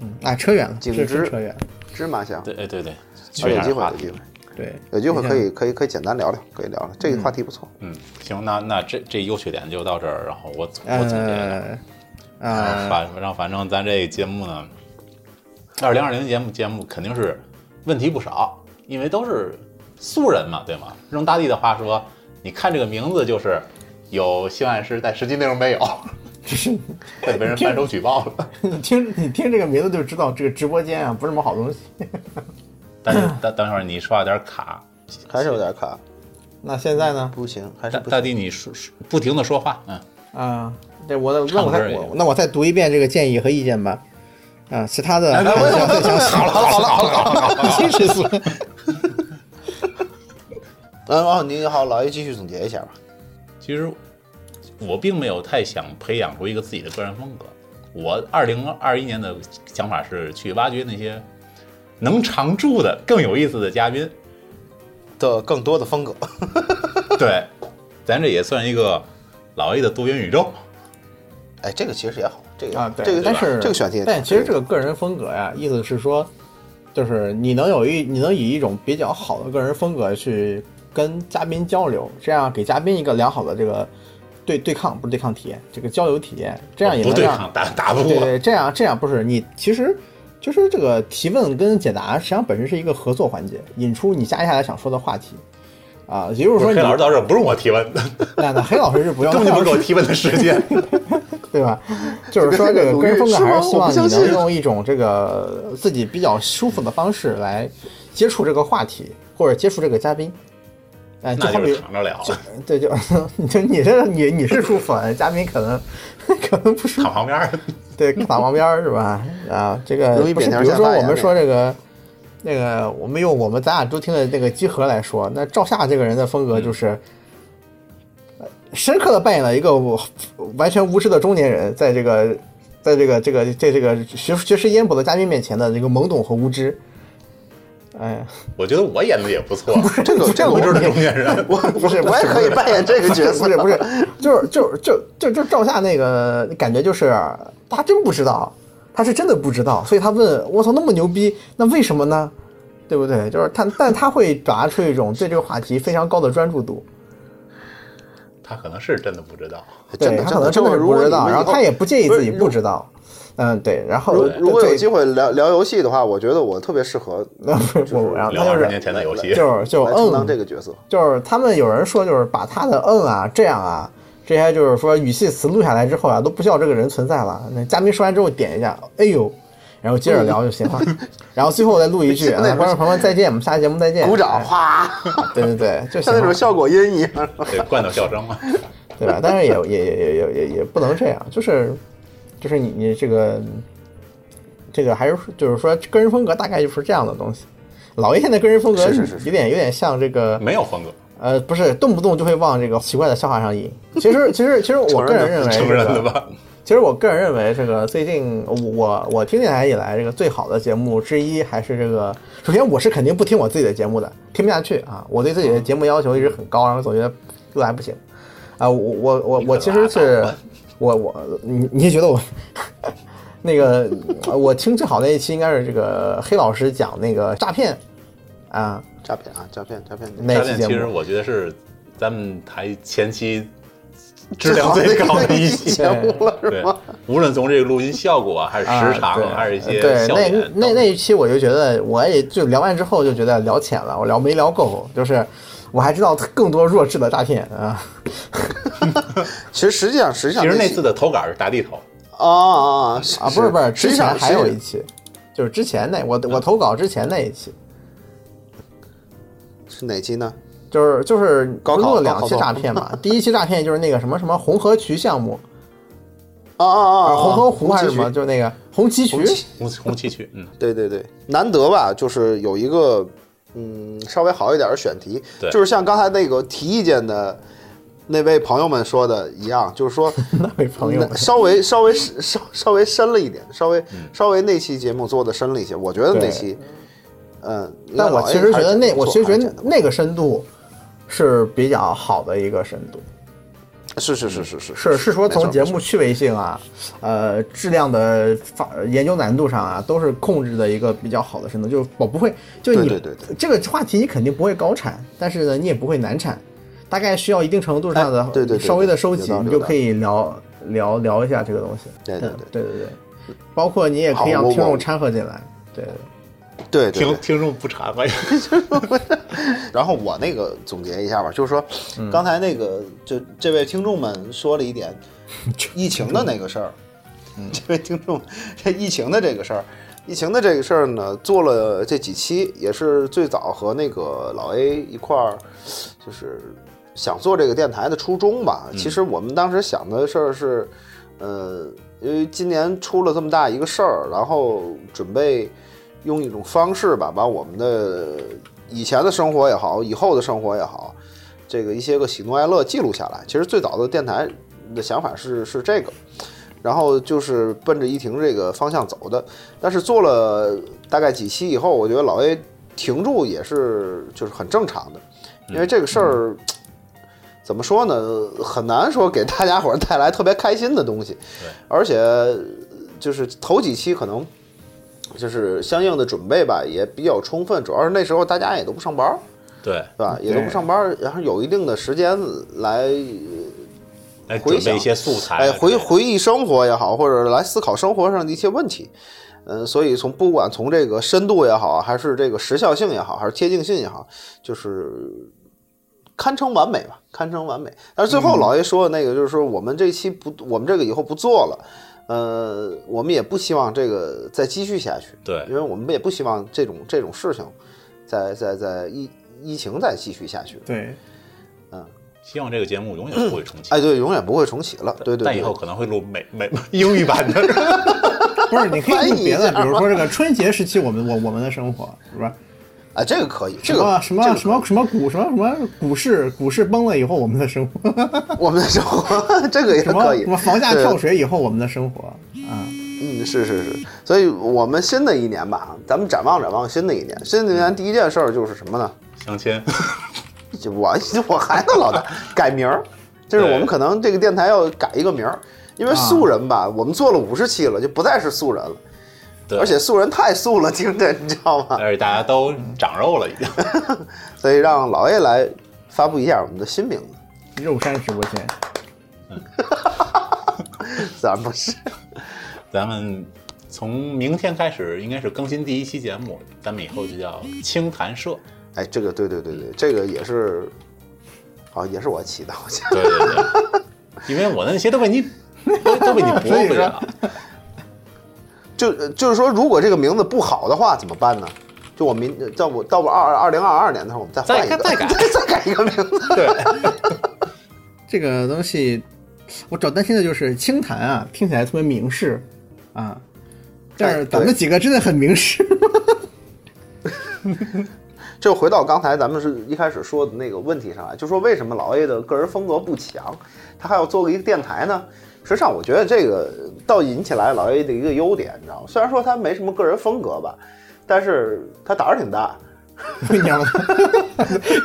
B: 嗯，啊，扯远了，
C: 景
B: 是是
C: 芝
B: 扯远了，
C: 芝麻香。
A: 对，哎对对，
C: 啊
A: 全
C: 有
A: 是
C: 机会，
A: 话
C: 有
A: 题
C: 机。会，
B: 对，
C: 有机会可以可以可以简单聊聊，可以聊聊这个话题不错。
A: 嗯，行，那那这这优缺点就到这儿，然后我总我总结一下。
B: 呃，啊，
A: 反让反正咱这节目呢，二零二零节目节目肯定是问题不少，因为都是素人嘛，对吗？用大地的话说，你看这个名字就是有性暗示，但实际内容没有，
B: 就是
A: 被人反手举报了。
B: 你听你听这个名字就知道这个直播间啊不是什么好东西。
A: 但是等等会儿你说话有点卡，
C: 还是有点卡，
B: 那现在呢？
C: 不行，还是
A: 大
C: 不
A: 大
C: 行。
A: 地你说说不停的说话，嗯，
B: 啊，这我的那我
A: 唱歌
B: 再
A: 也
B: 我
A: 有
B: 那我再读一遍这个建议和意见吧。啊，其他的
C: 哎
B: 看一下再详细。
C: 好了好了好了好了好了。
B: 真是俗。
C: 然后你嗯哦好，老爷继续总结一下吧。
A: 其实我并没有太想培养出一个自己的个人风格。我二零二一年的想法是去挖掘那些能常驻的更有意思的嘉宾。
C: 的更多的风格，
A: 对，咱这也算一个老 A 的多元宇宙。
C: 哎，这个其实也好，这个
B: 啊，对，
C: 这个
B: 但是
C: 这个选题也挺好，
B: 但其实这个个人风格呀，意思是说，就是你能有一，你能以一种比较好的个人风格去跟嘉宾交流，这样给嘉宾一个良好的这个对对抗，不是对抗体验，这个交流体验， 这样也
A: 不
B: 能
A: 对
B: 让
A: 抗，打打不
B: 对
A: 过。
B: 对，这样这样不是你，其实就是这个提问跟解答，实际上本身是一个合作环节，引出你接下来想说的话题。啊，也就是
A: 不
B: 说
A: 是
B: 你
A: 黑，老师到这儿不用我提问的，
B: 那那黑老师是不用，
A: 根本就
B: 黑
A: 不给
B: 老师
A: 我提问的时 间。
B: 对 吧？就是说，这个个人风格还是希望你能用一种这个自己比较舒服的方式来接触这个话题，或者接触这个嘉宾。哎，就
A: 那
B: 好
A: 就
B: 比
A: 是，躺着聊，
B: 对，就 你就你这你你是舒服，嘉宾可能 可能不舒服
A: 躺，旁边儿。
B: 对， 打旁边儿是吧？啊，这个
C: 容易
B: 不是，
C: 扁条
B: 比如
C: 下
B: 说
C: 巴
B: 我
C: 呀
B: 们
C: 那
B: 说这个。那个，我们用我们咱俩都听的那个集合来说，那赵夏这个人的风
C: 嗯
B: 格就是，呃深刻的扮演了一个我完全无知的中年人，在这个，在这个这个这这个学学识渊博的嘉宾面前的这个懵懂和无知。哎呀，
A: 我觉得我演的也不错，
C: 这个这个
A: 我
C: 我
A: 就是中年人。
C: 我
B: 不是不是
C: 我也可以扮演这个角色，
B: 不是不是，就是就是就就就赵夏那个感觉就是他真不知道，他是真的不知道，所以他问我操那么牛逼，那为什么呢？对不对？就是他，但他会表达出一种对这个话题非常高的专注度，
A: 他可能是真的不知道，
C: 真
B: 对
C: 的
B: 他
C: 真
B: 可
C: 的
B: 能
C: 真
B: 真
C: 的
B: 的是
C: 如果
B: 不
C: 你
B: 知
C: 们
B: 道，
C: 以
B: 然后
C: 后
B: 他也不介意
C: 不是
B: 自己
C: 如
B: 不知道，嗯，对，然后
C: 如如果有
B: 对
C: 机会聊聊游戏的话，我觉得我特别适合
B: 那不是 我，然后
A: 聊
B: 他
A: 二
B: 就
A: 十年
B: 是
A: 前的游戏。
B: 就是就
C: 来充当
B: 嗯
C: 这个角色。
B: 就是他们有人说，就是把他的嗯啊、这样啊这些，就是说语气词录下来之后啊，都不需要这个人存在了。那嘉宾说完之后点一下，哎呦，然后接着聊就行 了。然后最后再录一句，
C: 像
B: 哎
C: 那种
B: 观众朋友们再见，我们下期节目再见。
C: 鼓掌，
B: 哎
C: 哗，
B: 对对 对， 就行
C: 像那
B: 了
C: 种，效果音一样。
A: 对，罐头笑声嘛。
B: 对吧？但是也也也也也也不能这样，就是就是你你这个这个还是就是说个人风格大概就是这样的东西。老爷现在个人风格
C: 是是是是
B: 有点有点像这个
A: 没有风格，
B: 呃，不是，动不动就会往这个奇怪的笑话上引。其实，其实，其实我个人认为、这个，
A: 承认了吧？
B: 其实我个人认为，这个最近我我我听电台以来，这个最好的节目之一还是这个。首先，我是肯定不听我自己的节目的，听不下去啊！我对自己的节目要求一直很高，然后总觉得录还不行啊！我我我我其实
A: 你可
B: 是
A: 拉倒吧，
B: 我我你你也觉得我那个我听最好的一期应该是这个黑老师讲那个诈骗啊
C: 诈骗啊，诈骗，诈骗，
B: 那
A: 诈
B: 期
A: 骗
B: 节
A: 其
B: 目
A: 实。我觉得是咱们台前期质量最高的一期。
C: 节目了是
A: 对
C: 吗？，
A: 无论从这个录音效果啊还是时长啊，
B: 啊
A: 还是一些
B: 对
A: 笑
B: 那
A: 点都，
B: 那那一期我就觉得，我也就聊完之后就觉得聊浅了，我聊没聊够，就是我还知道更多弱智的诈骗啊。
C: 其实实际上，实际上
A: 其实那
C: 期
A: 次的投稿是大地头，
C: 啊啊啊
B: 啊，不是不是，
C: 实
B: 之前
C: 际上
B: 还有
C: 实
B: 一期，就是之前那我我投稿之前那一期，
C: 是哪期呢？
B: 就是就是
C: 高考
B: 录了
C: 高
B: 两
C: 考
B: 期
C: 报
B: 诈骗嘛，第一期诈骗就是那个什么什么红河渠项目，
C: 啊啊啊啊！
B: 啊
C: 啊
B: 红河湖还是
C: 红旗
B: 什么，
C: 渠？
B: 就是那个红旗渠
C: 旗
A: 红红旗渠，嗯，
C: 对对对，难得吧，就是有一个嗯稍微好一点的选题
A: 对，
C: 就是像刚才那个提意见的那位朋友们说的一样，就是说
B: 那位 朋友
C: 那，稍微稍微稍稍微深了一点，稍微稍微那期节目做的深了一些，我觉得
B: 嗯对
C: 那期，嗯，
B: 但我其实觉得那，我其实觉得
C: 那
B: 那个深度是比较好的一个深度，
C: 是是是是是
B: 是是说
C: 没错
B: 从节
C: 没
B: 目趣味性啊，呃，质量的发研究难度上啊，都是控制的一个比较好的深度。就我不会，就你
C: 对对对
B: 这个话题你肯定不会高产，但是呢，你也不会难产，大概需要一定程度上的、
C: 哎对对对对
B: 稍微的收集
C: 有道，理
B: 你就可以聊聊聊一下这个东西。
C: 对对
B: 嗯对对对，包括你也可以让
C: 好我
B: 听众
C: 我
B: 掺和进来。对，对
C: 错对对
A: 听
C: 对。
A: 听众不查发现，
C: 然后我那个总结一下吧，就是说刚才那个就这位听众们说了一点疫情的那个事儿， 这位听众这疫情的这个事儿。疫情的这个事儿呢，做了这几期，也是最早和那个老 A 一块儿，就是想做这个电台的初衷吧。其实我们当时想的事儿是，呃，因为今年出了这么大一个事儿，然后准备用一种方式吧，把我们的以前的生活也好，以后的生活也好，这个一些个喜怒哀乐记录下来。其实最早的电台的想法是是这个，然后就是奔着依婷这个方向走的。但是做了大概几期以后，我觉得老 A 停住也是就是很正常的，因为这个事儿。怎么说呢？很难说给大家伙儿带来特别开心的东西，而且就是头几期可能就是相应的准备吧，也比较充分。主要是那时候大家也都不上班儿，
A: 对，
C: 对吧？也都不上班儿，然后有一定的时间来
A: 来
C: 回
A: 准备
C: 想
A: 一些素材啊之类
C: 哎
A: 的，
C: 回回忆生活也好，或者来思考生活上的一些问题。嗯，所以从不管从这个深度也好，还是这个时效性也好，还是贴近性也好，就是堪称完美吧，堪称完美。但是最后老爷说的那个，就是说我们这期不，我们这个以后不做了。呃，我们也不希望这个再继续下去，
A: 对
C: 因为我们也不希望这种这种事情再再再疫疫情再继续下去。
B: 对，
A: 希望这个节目永远不会重启。
C: 哎，对，永远不会重启了。对对对，
A: 但以后可能会录美美英语版的，
B: 不是，你可以
C: 翻
B: 录
C: 译
B: 别 的，
C: 一下
B: 比如说这个春节时期我们我我们的生活，是吧？
C: 哎，这个可以，这
B: 什
C: 个
B: 么什
C: 这
B: 么
C: 个
B: 什么什么股什么什么股市股市崩了以后我们的生活，
C: 我们的生活， 这个也
B: 什么
C: 可以。
B: 什么房价
C: 对
B: 跳水以后我们的生活啊，
C: 嗯，是是是。所以我们新的一年吧，咱们展望展望新的一年。新的一年第一件事儿就是什么呢？
A: 相亲，
C: 就我 我还是老大改 名儿，就是
A: 对
C: 我们可能这个电台要改一个名儿，因为素人吧，我们做了五十期了，就不再是素人了。
A: 啊对，
C: 而且素人太素了，听着你知道吗？
A: 而且大家都长肉了，已经。
C: 所以让老 A 来发布一下我们的新名字，
B: 肉山直播间，
C: 咱不是
A: 咱们从明天开始应该是更新第一期节目，咱们以后就叫清谈 社。
C: 哎，这个对对对对，这个也是，好、也是我起的，好像。
A: 对对对，因为我那些都被你都都被你驳回 了。
C: 就呃就是说，如果这个名字不好的话，怎么办呢？就我明呃到我到我二二零二二年的时候，我们再换一个，
A: 再 改
C: 再改一个名字。
A: 对，
B: 这个东西我找担心的就是清谈啊，听起来特别明示啊，但
C: 哎
B: 是
C: 对
B: 咱们几个真的很明示，
C: 这回到刚才咱们是一开始说的那个问题上来，就说为什么老 A 的个人风格不强，他还要做个一个电台呢？实际上，我觉得这个倒引起来老 A 的一个优点，你知道吗？虽然说他没什么个人风格吧，但是他胆儿挺大。
B: 不娘的，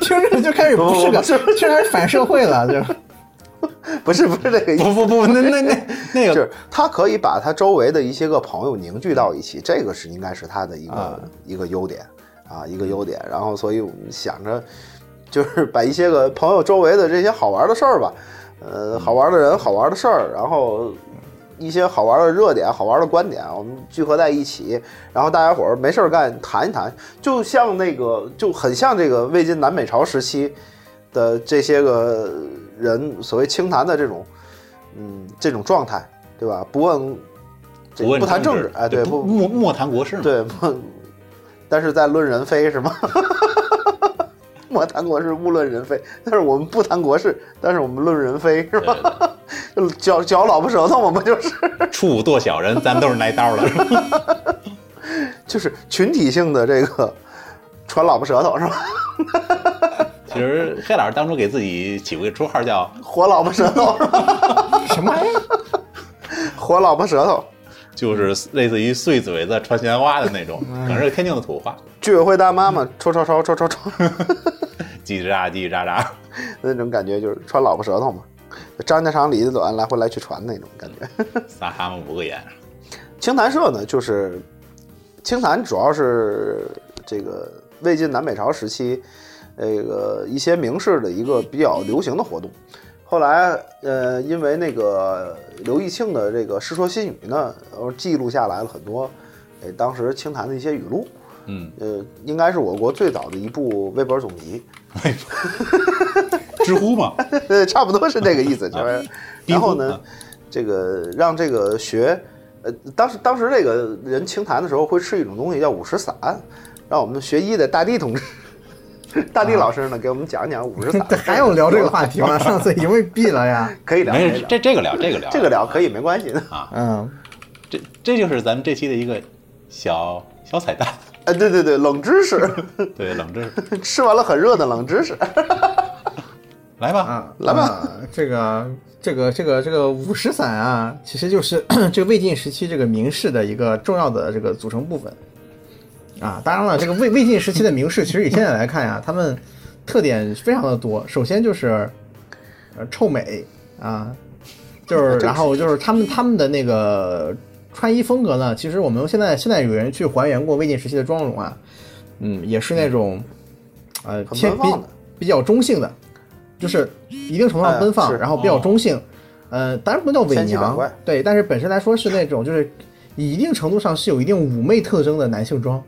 B: 听着就开始不是
C: 不不
B: 个，
C: 不是
B: 听着开始反社会了，就
C: 不是不是这个意思，
A: 不不不，那那那那个
C: 就是他可以把他周围的一些个朋友凝聚到一起，这个是应该是他的一个、
B: 啊
C: 一个优点啊，一个优点。然后，所以我们想着，就是把一些个朋友周围的这些好玩的事儿吧，呃，好玩的人、好玩的事儿，然后一些好玩的热点、好玩的观点，我们聚合在一起，然后大家伙儿没事儿干谈一谈，就像那个就很像这个魏晋南北朝时期的这些个人所谓清谈的这种，嗯，这种状态，对吧？不问这
A: 问
C: 不谈
A: 政
C: 政治，哎，对，
A: 不
C: 不
A: 莫莫谈国事嘛。
C: 对不，但是在论人非是吗？ 莫谈国事，勿论人非。但是我们不谈国事，但是我们论人非是
A: 对
C: 吧？
A: 对对
C: 嚼嚼老婆舌头嘛，不就是
A: 处五剁小人，咱们都是来刀的。
C: 就是群体性的这个传老婆舌头是吧？
A: 其实黑老师当初给自己起过一个绰号叫
C: 活老婆舌头 是吧？
B: 什么玩意儿？
C: 活老婆舌头。
A: 就是类似于碎嘴子、穿闲花的那种，
C: 嗯
A: 可能是天津的土话，
C: 居委会大妈嘛，抽抽抽抽抽抽，
A: 叽叽喳叽叽喳喳。
C: 那种感觉就是穿老婆舌头嘛，就张家长李家短，来回来去传那种感觉。
A: 仨蛤蟆五个眼，
C: 清谈社呢，就是清谈主要是这个魏晋南北朝时期，这个一些名士的一个比较流行的活动。后来，呃，因为那个刘义庆的这个《世说新语》呢，然后记录下来了很多，呃，当时清谈的一些语录。
A: 嗯，
C: 呃，应该是我国最早的一部微博总集，
A: 知乎嘛，
C: 对，差不多是这个意思，
A: 啊
C: 就是。然后
A: 低
C: 呢
A: 估，
C: 这个让这个学，呃，当时当时这个人清谈的时候会吃一种东西叫五石散，让我们学医的大地同志， 大地老师
A: 啊
C: 呢给我们讲一讲五石散
B: 这， 还用聊这个话题吗？上次已经被毙了呀。
C: 可以聊，可以
A: 没事，
C: 聊，
A: 这啊这个聊，这个聊，
C: 这个聊可以没关系 的。
B: 嗯，
A: 这这就是咱们这期的一个小小彩蛋，
C: 哎，对对对，冷知识，
A: 对，冷知识，
C: 吃完了很热的冷知识，
A: 来吧，
B: 啊，来吧，这个这个这个这个五石散啊，其实就是 这个魏晋时期这个名士的一个重要的这个组成部分啊。当然了，这个魏魏晋时期的名士，其实以现在来看呀、他们特点非常的多。首先就是呃臭美啊， 就是然后就是他们他们的那个穿衣风格呢，其实我们现在现在有人去还原过魏晋时期的妆容啊，嗯，也是那种呃
C: 很
B: 偏
C: 奔
B: 比
C: 放的
B: 比较中性的，就是一定程度上奔
C: 哎
B: 放，
C: 是
B: 然后比较中性，呃，当然不能叫伪
C: 千奇百
B: 娘
C: 怪，
B: 对，但是本身来说是那种就是一定程度上是有一定妩媚特征的男性装。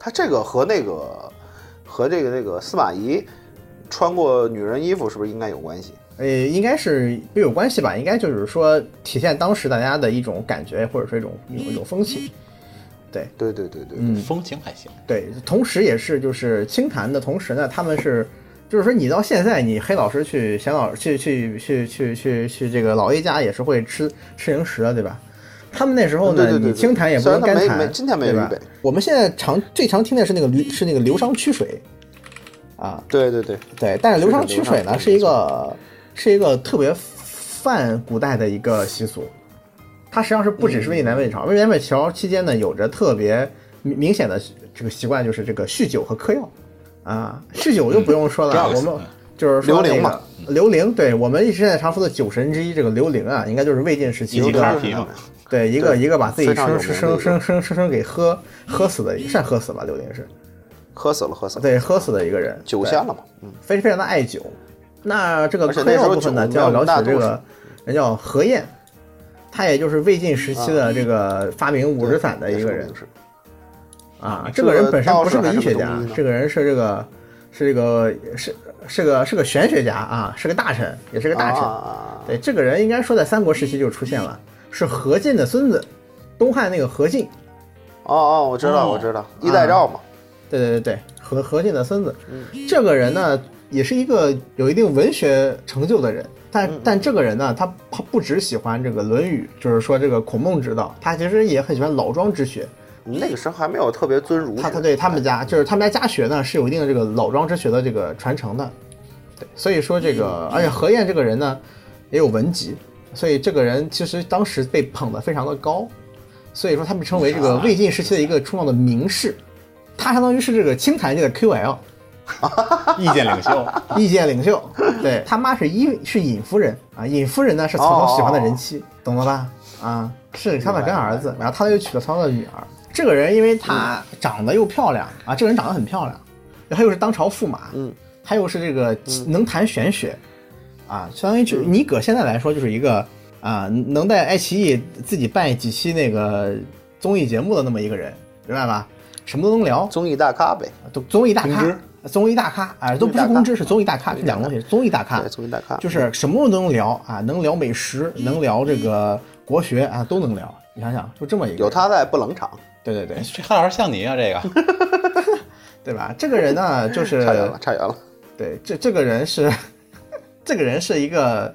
C: 他这个和那个和这个那个司马懿穿过女人衣服是不是应该有关系？
B: 呃，应该是都有关系吧，应该就是说体现当时大家的一种感觉，或者说一种一种一种风气。
C: 对对对对，对
B: 嗯，
A: 风情还 行，
B: 对，同时也是就是清谈的同时呢，他们是，就是说你到现在你黑老师去贤老去去去去去去这个老 A 家也是会吃吃零食的，对吧？他们那时候呢，
C: 对对对对
B: 你清谈也不
C: 虽然
B: 能
C: 他
B: 干
C: 没
B: 谈，
C: 没今天没有
B: 对吧
C: 预备
B: 我们现在常最常听的是那个驴是那个流觞曲水，啊，
C: 对对对，
B: 对，但是流
C: 是
B: 觞
C: 的
B: 曲
C: 流
B: 水
C: 觞
B: 呢
C: 曲
B: 是一
C: 水
B: 个是一个特别泛古代的一个习俗，它实际上是不只是魏晋
C: 嗯
B: 南北朝，魏晋南北朝期间呢有着特别明明显的这个习惯，就是这个酗酒和嗑药啊，酗酒
C: 嗯
B: 就不用说了，
A: drugs，
B: 我们就是说
C: 啊刘
B: 那
C: 伶嘛
B: 个刘伶，对我们现在常说的酒神之一，这个刘伶啊，应该就是魏晋时期
A: 一起
B: 的
A: 看二皮嘛，
B: 对，一个
C: 对
B: 一个把自己
C: 非常
B: 生
C: 有名
B: 生
C: 的一
B: 生生
C: 个
B: 生生生给喝喝死的，算喝死吧，刘伶是
C: 喝死了喝死了，
B: 对喝死的一个人，
C: 酒
B: 对
C: 仙了嘛，嗯，
B: 非非常的爱酒。那这个
C: 而且
B: 嗑
C: 那时
B: 药
C: 候
B: 部分呢，
C: 酒
B: 就要
C: 没有
B: 聊
C: 大
B: 起这
C: 度
B: 个人叫何晏，他也就是魏晋时期的这个发明五石散的一个人
C: 啊也是
B: 啊。
C: 这
B: 这
C: 个
B: 个人本身
C: 道
B: 不
C: 士
B: 是个
C: 还
B: 医
C: 是
B: 学
C: 个
B: 家
C: 中医呢，
B: 这个人是这个是这个是是个是个玄学家啊，是个大臣，也是个
C: 个
B: 大
C: 大
B: 臣。
C: 臣，
B: 对，这个人应该说在三国时期就出现了，是何进的孙子，东汉那个何进。
C: 哦哦，我知道
A: 哦
C: 我知道，衣带诏嘛，
B: 对对对对，何何进的孙子，这个人呢，也是一个有一定文学成就的人，但但这个人呢，他他不只喜欢这个《论语》，就是说这个孔孟之道，他其实也很喜欢老庄之学。
C: 那个时候还没有特别尊儒学，
B: 嗯他他对他们家就是他们家家学呢是有一定的这个老庄之学的这个传承的，对，所以说这个而且何晏这个人呢也有文集，所以这个人其实当时被捧得非常的高，所以说他被称为这个魏晋时期的一个重要的名士，他相当于是这个清谈界的 QL。
A: 意见领袖，
B: 意见领袖，对他妈是尹是尹夫人啊，尹夫人呢是曹操喜欢的人妻，懂了吧？啊，是他的干儿子，然后他又娶了曹操的女儿。这个人因为他长得又漂亮啊，这个人长得很漂亮，然后又是当朝驸马，
C: 嗯，
B: 他又是这个能谈玄学，啊，相当于就你搁现在来说就是一个啊，能在爱奇艺自己办几期那个综艺节目的那么一个人，明白吧？什么都能聊，
C: 综艺大咖呗，
B: 都综艺大
A: 公知
B: 咖，综艺大咖，哎，都不是公知，是综艺大咖，是两个东西，综艺大咖
C: 对，，综艺大咖，
B: 啊 就是什么都能聊啊，能聊美食，能聊这个国学啊，都能聊。你想想，就这么一个，
C: 有，他在不冷场，
B: 对对对，
A: 这黑老师像你啊，这个
B: 对吧？这个人呢，就
C: 差远
B: 是
C: 了差远了，
B: 对这这个人是，这个人是一个，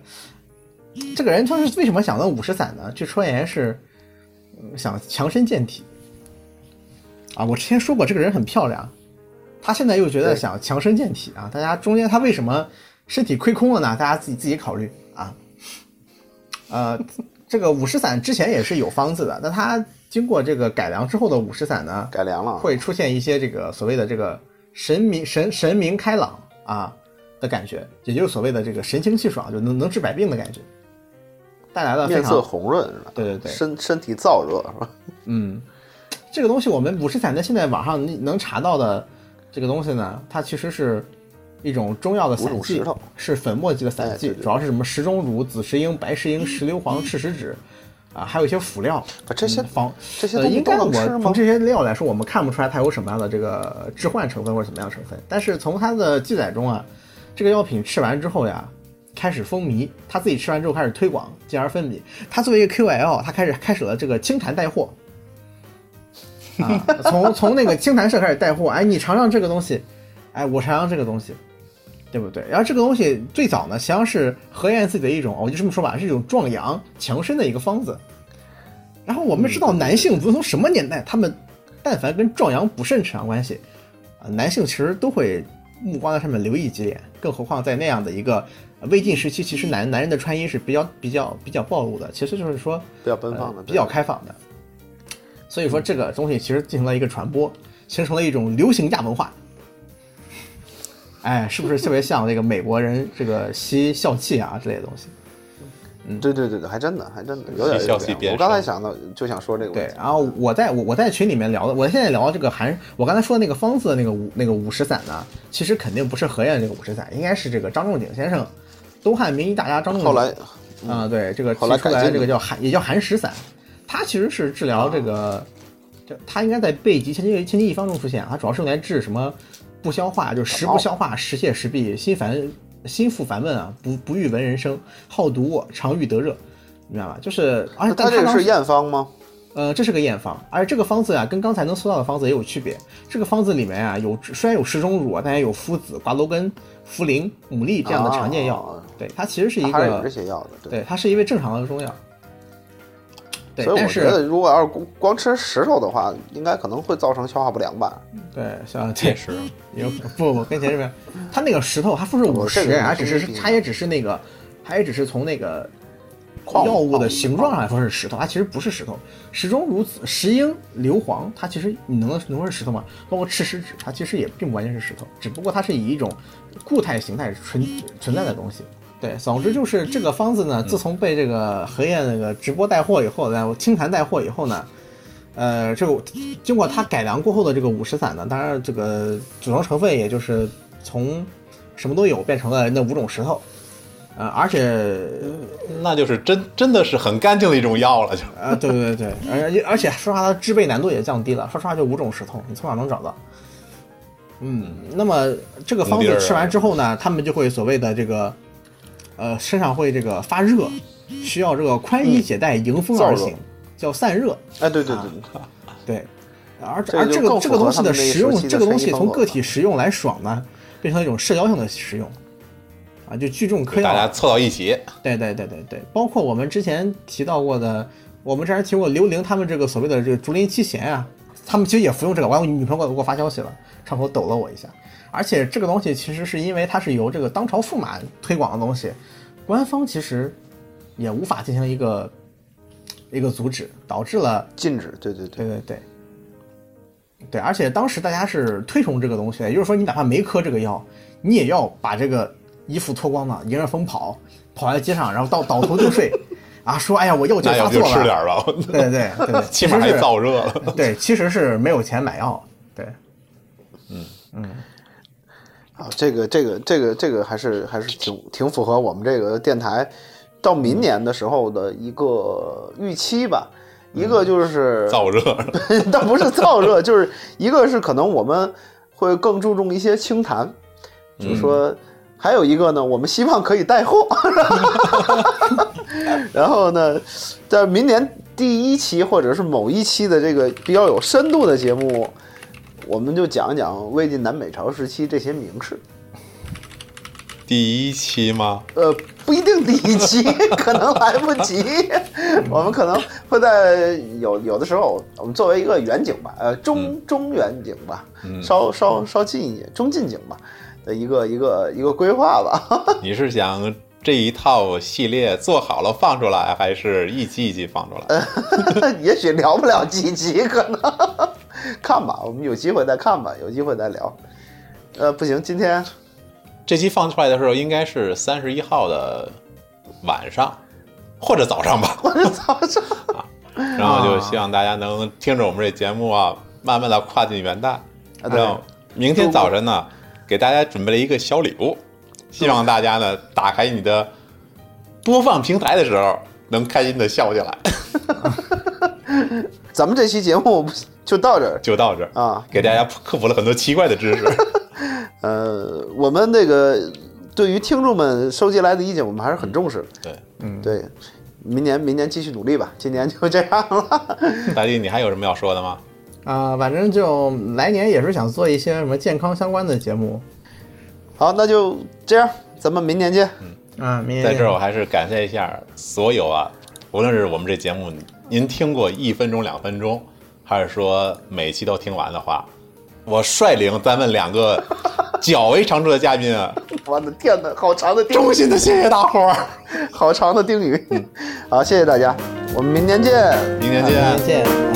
B: 这个人他是为什么想到五石散呢？据传言是嗯想强身健体啊。我之前说过，这个人很漂亮，他现在又觉得想强身健体啊，大家中间他为什么身体亏空了呢？大家自己自己考虑啊。呃，这个五石散之前也是有方子的，但它经过这个改良之后的五石散呢，
C: 改良了，
B: 会出现一些这个所谓的这个神明神神明开朗啊的感觉，也就是所谓的这个神清气爽，就能能治百病的感觉，带来了非
C: 面色
B: 常
C: 红润是吧？
B: 对对对
C: 身身体燥热是吧？
B: 嗯，这个东西我们五石散在现在网上能能查到的这个东西呢，它其实是一种中药的
C: 五
B: 散
C: 种
B: 剂
C: 石头，
B: 是粉末级的散
C: 哎
B: 剂，
C: 对对
B: 主要是什么石钟乳、紫石英、白石英、石榴黄、赤石脂啊，还有一些辅料。
C: 把这些
B: 嗯方
C: 这些
B: 呃
C: 东西
B: 应该
C: 都能
B: 我
C: 吃吗
B: 从这些料来说，我们看不出来它有什么样的这个致幻成分或者怎么样的成分。但是从它的记载中啊，这个药品吃完之后呀，开始风靡，他自己吃完之后开始推广，进而分离。他作为一个 QL，他开始开始了这个清谈带货。啊，从从那个清谈社开始带货，哎，你尝尝这个东西，哎，我尝尝这个东西，对不对？然后这个东西最早呢，实际上是何晏自己的一种，我就这么说吧，是一种壮阳强身的一个方子。然后我
C: 嗯
B: 们知道，男性无论从什么年代，他们但凡跟壮阳不甚扯上关系，啊，男性其实都会目光在上面留一几眼，更何况在那样的一个呃魏晋时期，其实
C: 嗯
B: 男男人的穿衣是比较比较比较暴露的，其实就是说
C: 比较奔放
B: 呃
C: 的，嗯
B: 比较开放的。所以说这个东西其实进行了一个传播，形成了一种流行亚文化。哎，是不是特别像这个美国人这个吸笑气啊之类的东西？
C: 对对对对，还真的还真的有点
A: 戏
C: 有
A: 笑戏
C: 点。
A: 边
C: 我刚才想到就想说这个问
B: 对，
C: 题，
B: 然后我在我我在群里面聊的，我现在聊这个韩，我刚才说的那个方子的那个五那个五石散呢，其实肯定不是何晏这个五石散，应该是这个张仲景先生，东汉名医大家张仲景。
C: 后来
B: 啊、对，这个提
C: 后来
B: 出
C: 改
B: 来
C: 进
B: 这个
C: 了
B: 叫寒，也叫寒食散，它其实是治疗这
C: 啊
B: 个，这它应该在备急千金千金一方中出现，它啊主要是用来治什么不消化，就是食不消化、食泻食闭、心烦心腹烦闷啊，不不欲闻人声，好独卧，常欲得热，明白吧？嗯就是而且
C: 那他这个是验方吗？
B: 呃，这是个验方，而这个方子啊，跟刚才能搜到的方子也有区别。这个方子里面啊，有虽然有石钟乳，啊，但也有附子、瓜蒌根、茯苓、牡蛎这样的常见药。
C: 哦
B: 对，它其实是一个
C: 他还是有这些药的，
B: 对，它是一味正常的中药。对，
C: 所以我
B: 但
C: 觉
B: 是
C: 得，如果要是光光吃石头的话，应该可能会造成消化不良吧。
B: 对像
A: 也
B: 这
A: 是，
B: 有不不跟前面，它那个石头它不是五
C: 这
B: 十，
C: 个
B: 啊它只
C: 没什么
B: 是
C: 必要
B: 它也只是那个，它也只是从那个
C: 矿物
B: 药物
C: 矿
B: 的
C: 物
B: 形状上来说是石头，它其实不是石头。石钟如此，石英、硫磺，它其实你能能说是石头吗？包括赤石脂，它其实也并不完全是石头，只不过它是以一种固态形态存存在的东西。对，总之就是这个方子呢，自从被这个何晏那个直播带货以后，然后清谈带货以后呢，呃，这个经过它改良过后的这个五石散呢，当然这个组成成分也就是从什么都有变成了那五种石头，呃，而 且
A: 那就是真真的是很干净的一种药了，就
B: 啊，对对对，而且而且说实话，它制备难度也降低了。说实话，就五种石头，你从哪能找到？嗯，那么这个方
A: 红地
B: 子
A: 儿啊
B: 吃完之后呢，他们就会所谓的这个，呃，身上会这个发热，需要这个宽衣解带，迎风而
C: 燥
B: 行
C: 热，
B: 叫散热。
C: 哎，对对对对，
B: 啊对，而
C: 这
B: 而
C: 就
B: 这个
C: 更
B: 这
C: 符
B: 个
C: 合
B: 东西
C: 他们那个
B: 食
C: 时
B: 用
C: 期，的
B: 这个东
C: 生意
B: 西
C: 风
B: 从
C: 格
B: 个
C: 了
B: 体食用来爽呢，变成一种社交性的食用，啊，就聚众嗑药
A: 大家
B: 啊。
A: 凑到一起，
B: 对对对对对，包括我们之前提到过的，我们之前提过刘玲他们这个所谓的这个竹林七贤啊，他们其实也服用这个。完，我女朋友给我发消息了，窗口抖了我一下。而且这个东西其实是因为它是由这个当朝驸马推广的东西，官方其实也无法进行一个一个阻止，导致了
C: 禁止，对对
B: 对，
C: 对
B: 对对，对，而且当时大家是推崇这个东西的，也就是说，你哪怕没嗑这个药，你也要把这个衣服脱光了，迎着风跑，跑在街上，然后到倒头就睡，啊，说哎呀，我药劲
A: 那要
B: 发
A: 不就
B: 作
A: 吃点
B: 了，
A: 儿吧，
B: 对对对对，
A: 起码还
B: 其实是
A: 燥热 了。
B: 对，其实是没有钱买药，对，
C: 啊，这个这个这个这个还是还是挺挺符合我们这个电台到明年的时候的一个预期吧。一
B: 嗯
C: 个就是
A: 燥热了，
C: 但不是燥热，就是一个是可能我们会更注重一些清谈，就是说，还有一个呢，我们希望可以带货。 然后呢，在明年第一期或者是某一期的这个比较有深度的节目，我们就讲一讲魏晋南北朝时期这些名士。
A: 第一期吗？
C: 呃，不一定第一期， 可能来不及。 我们可能会在有有的时候，我们作为一个远景吧，呃，中中远景吧，稍稍稍近一点，中近景吧的一个一个一个规划吧。
A: 你是想这一套系列做好了放出来，还是一集一集放出来？
C: 也许聊不了几集，可能看吧，我们有机会再看吧，有机会再聊。呃，不行，今天
A: 这期放出来的时候应该是三十一号的晚上或者早上吧。
C: 我是早上，
A: 然后就希望大家能听着我们这节目啊，慢慢的跨进元旦。
C: 啊
A: 然后明天早晨呢，给大家准备了一个小礼物，希望大家呢打开你的播放平台的时候，能开心的笑起来。
C: 咱们这期节目就到这儿
A: 就到这儿，
C: 啊。
A: 给大家科普了很多奇怪的知识。
C: 呃，我们那个对于听众们收集来的意见，我们还是很重视的。
A: 对，
C: 对，明年明年继续努力吧， 今年就这样了。
A: 大力，你还有什么要说的吗？
B: 啊、反正就来年也是想做一些什么健康相关的节目。
C: 好，那就这样，咱们明年见。
B: 啊，明年
A: 在
B: 见
A: 这儿我还是感谢一下所有啊，无论是我们这节目您听过一分钟、两分钟，还是说每期都听完的话，我率领咱们两个较为常驻的嘉宾啊，
C: 我的天哪，好长的定
A: 衷心的谢谢大伙儿，
C: 好长的定语。好，谢谢大家，我们明年见。
A: 明天
B: 啊明
A: 见
B: 年。见。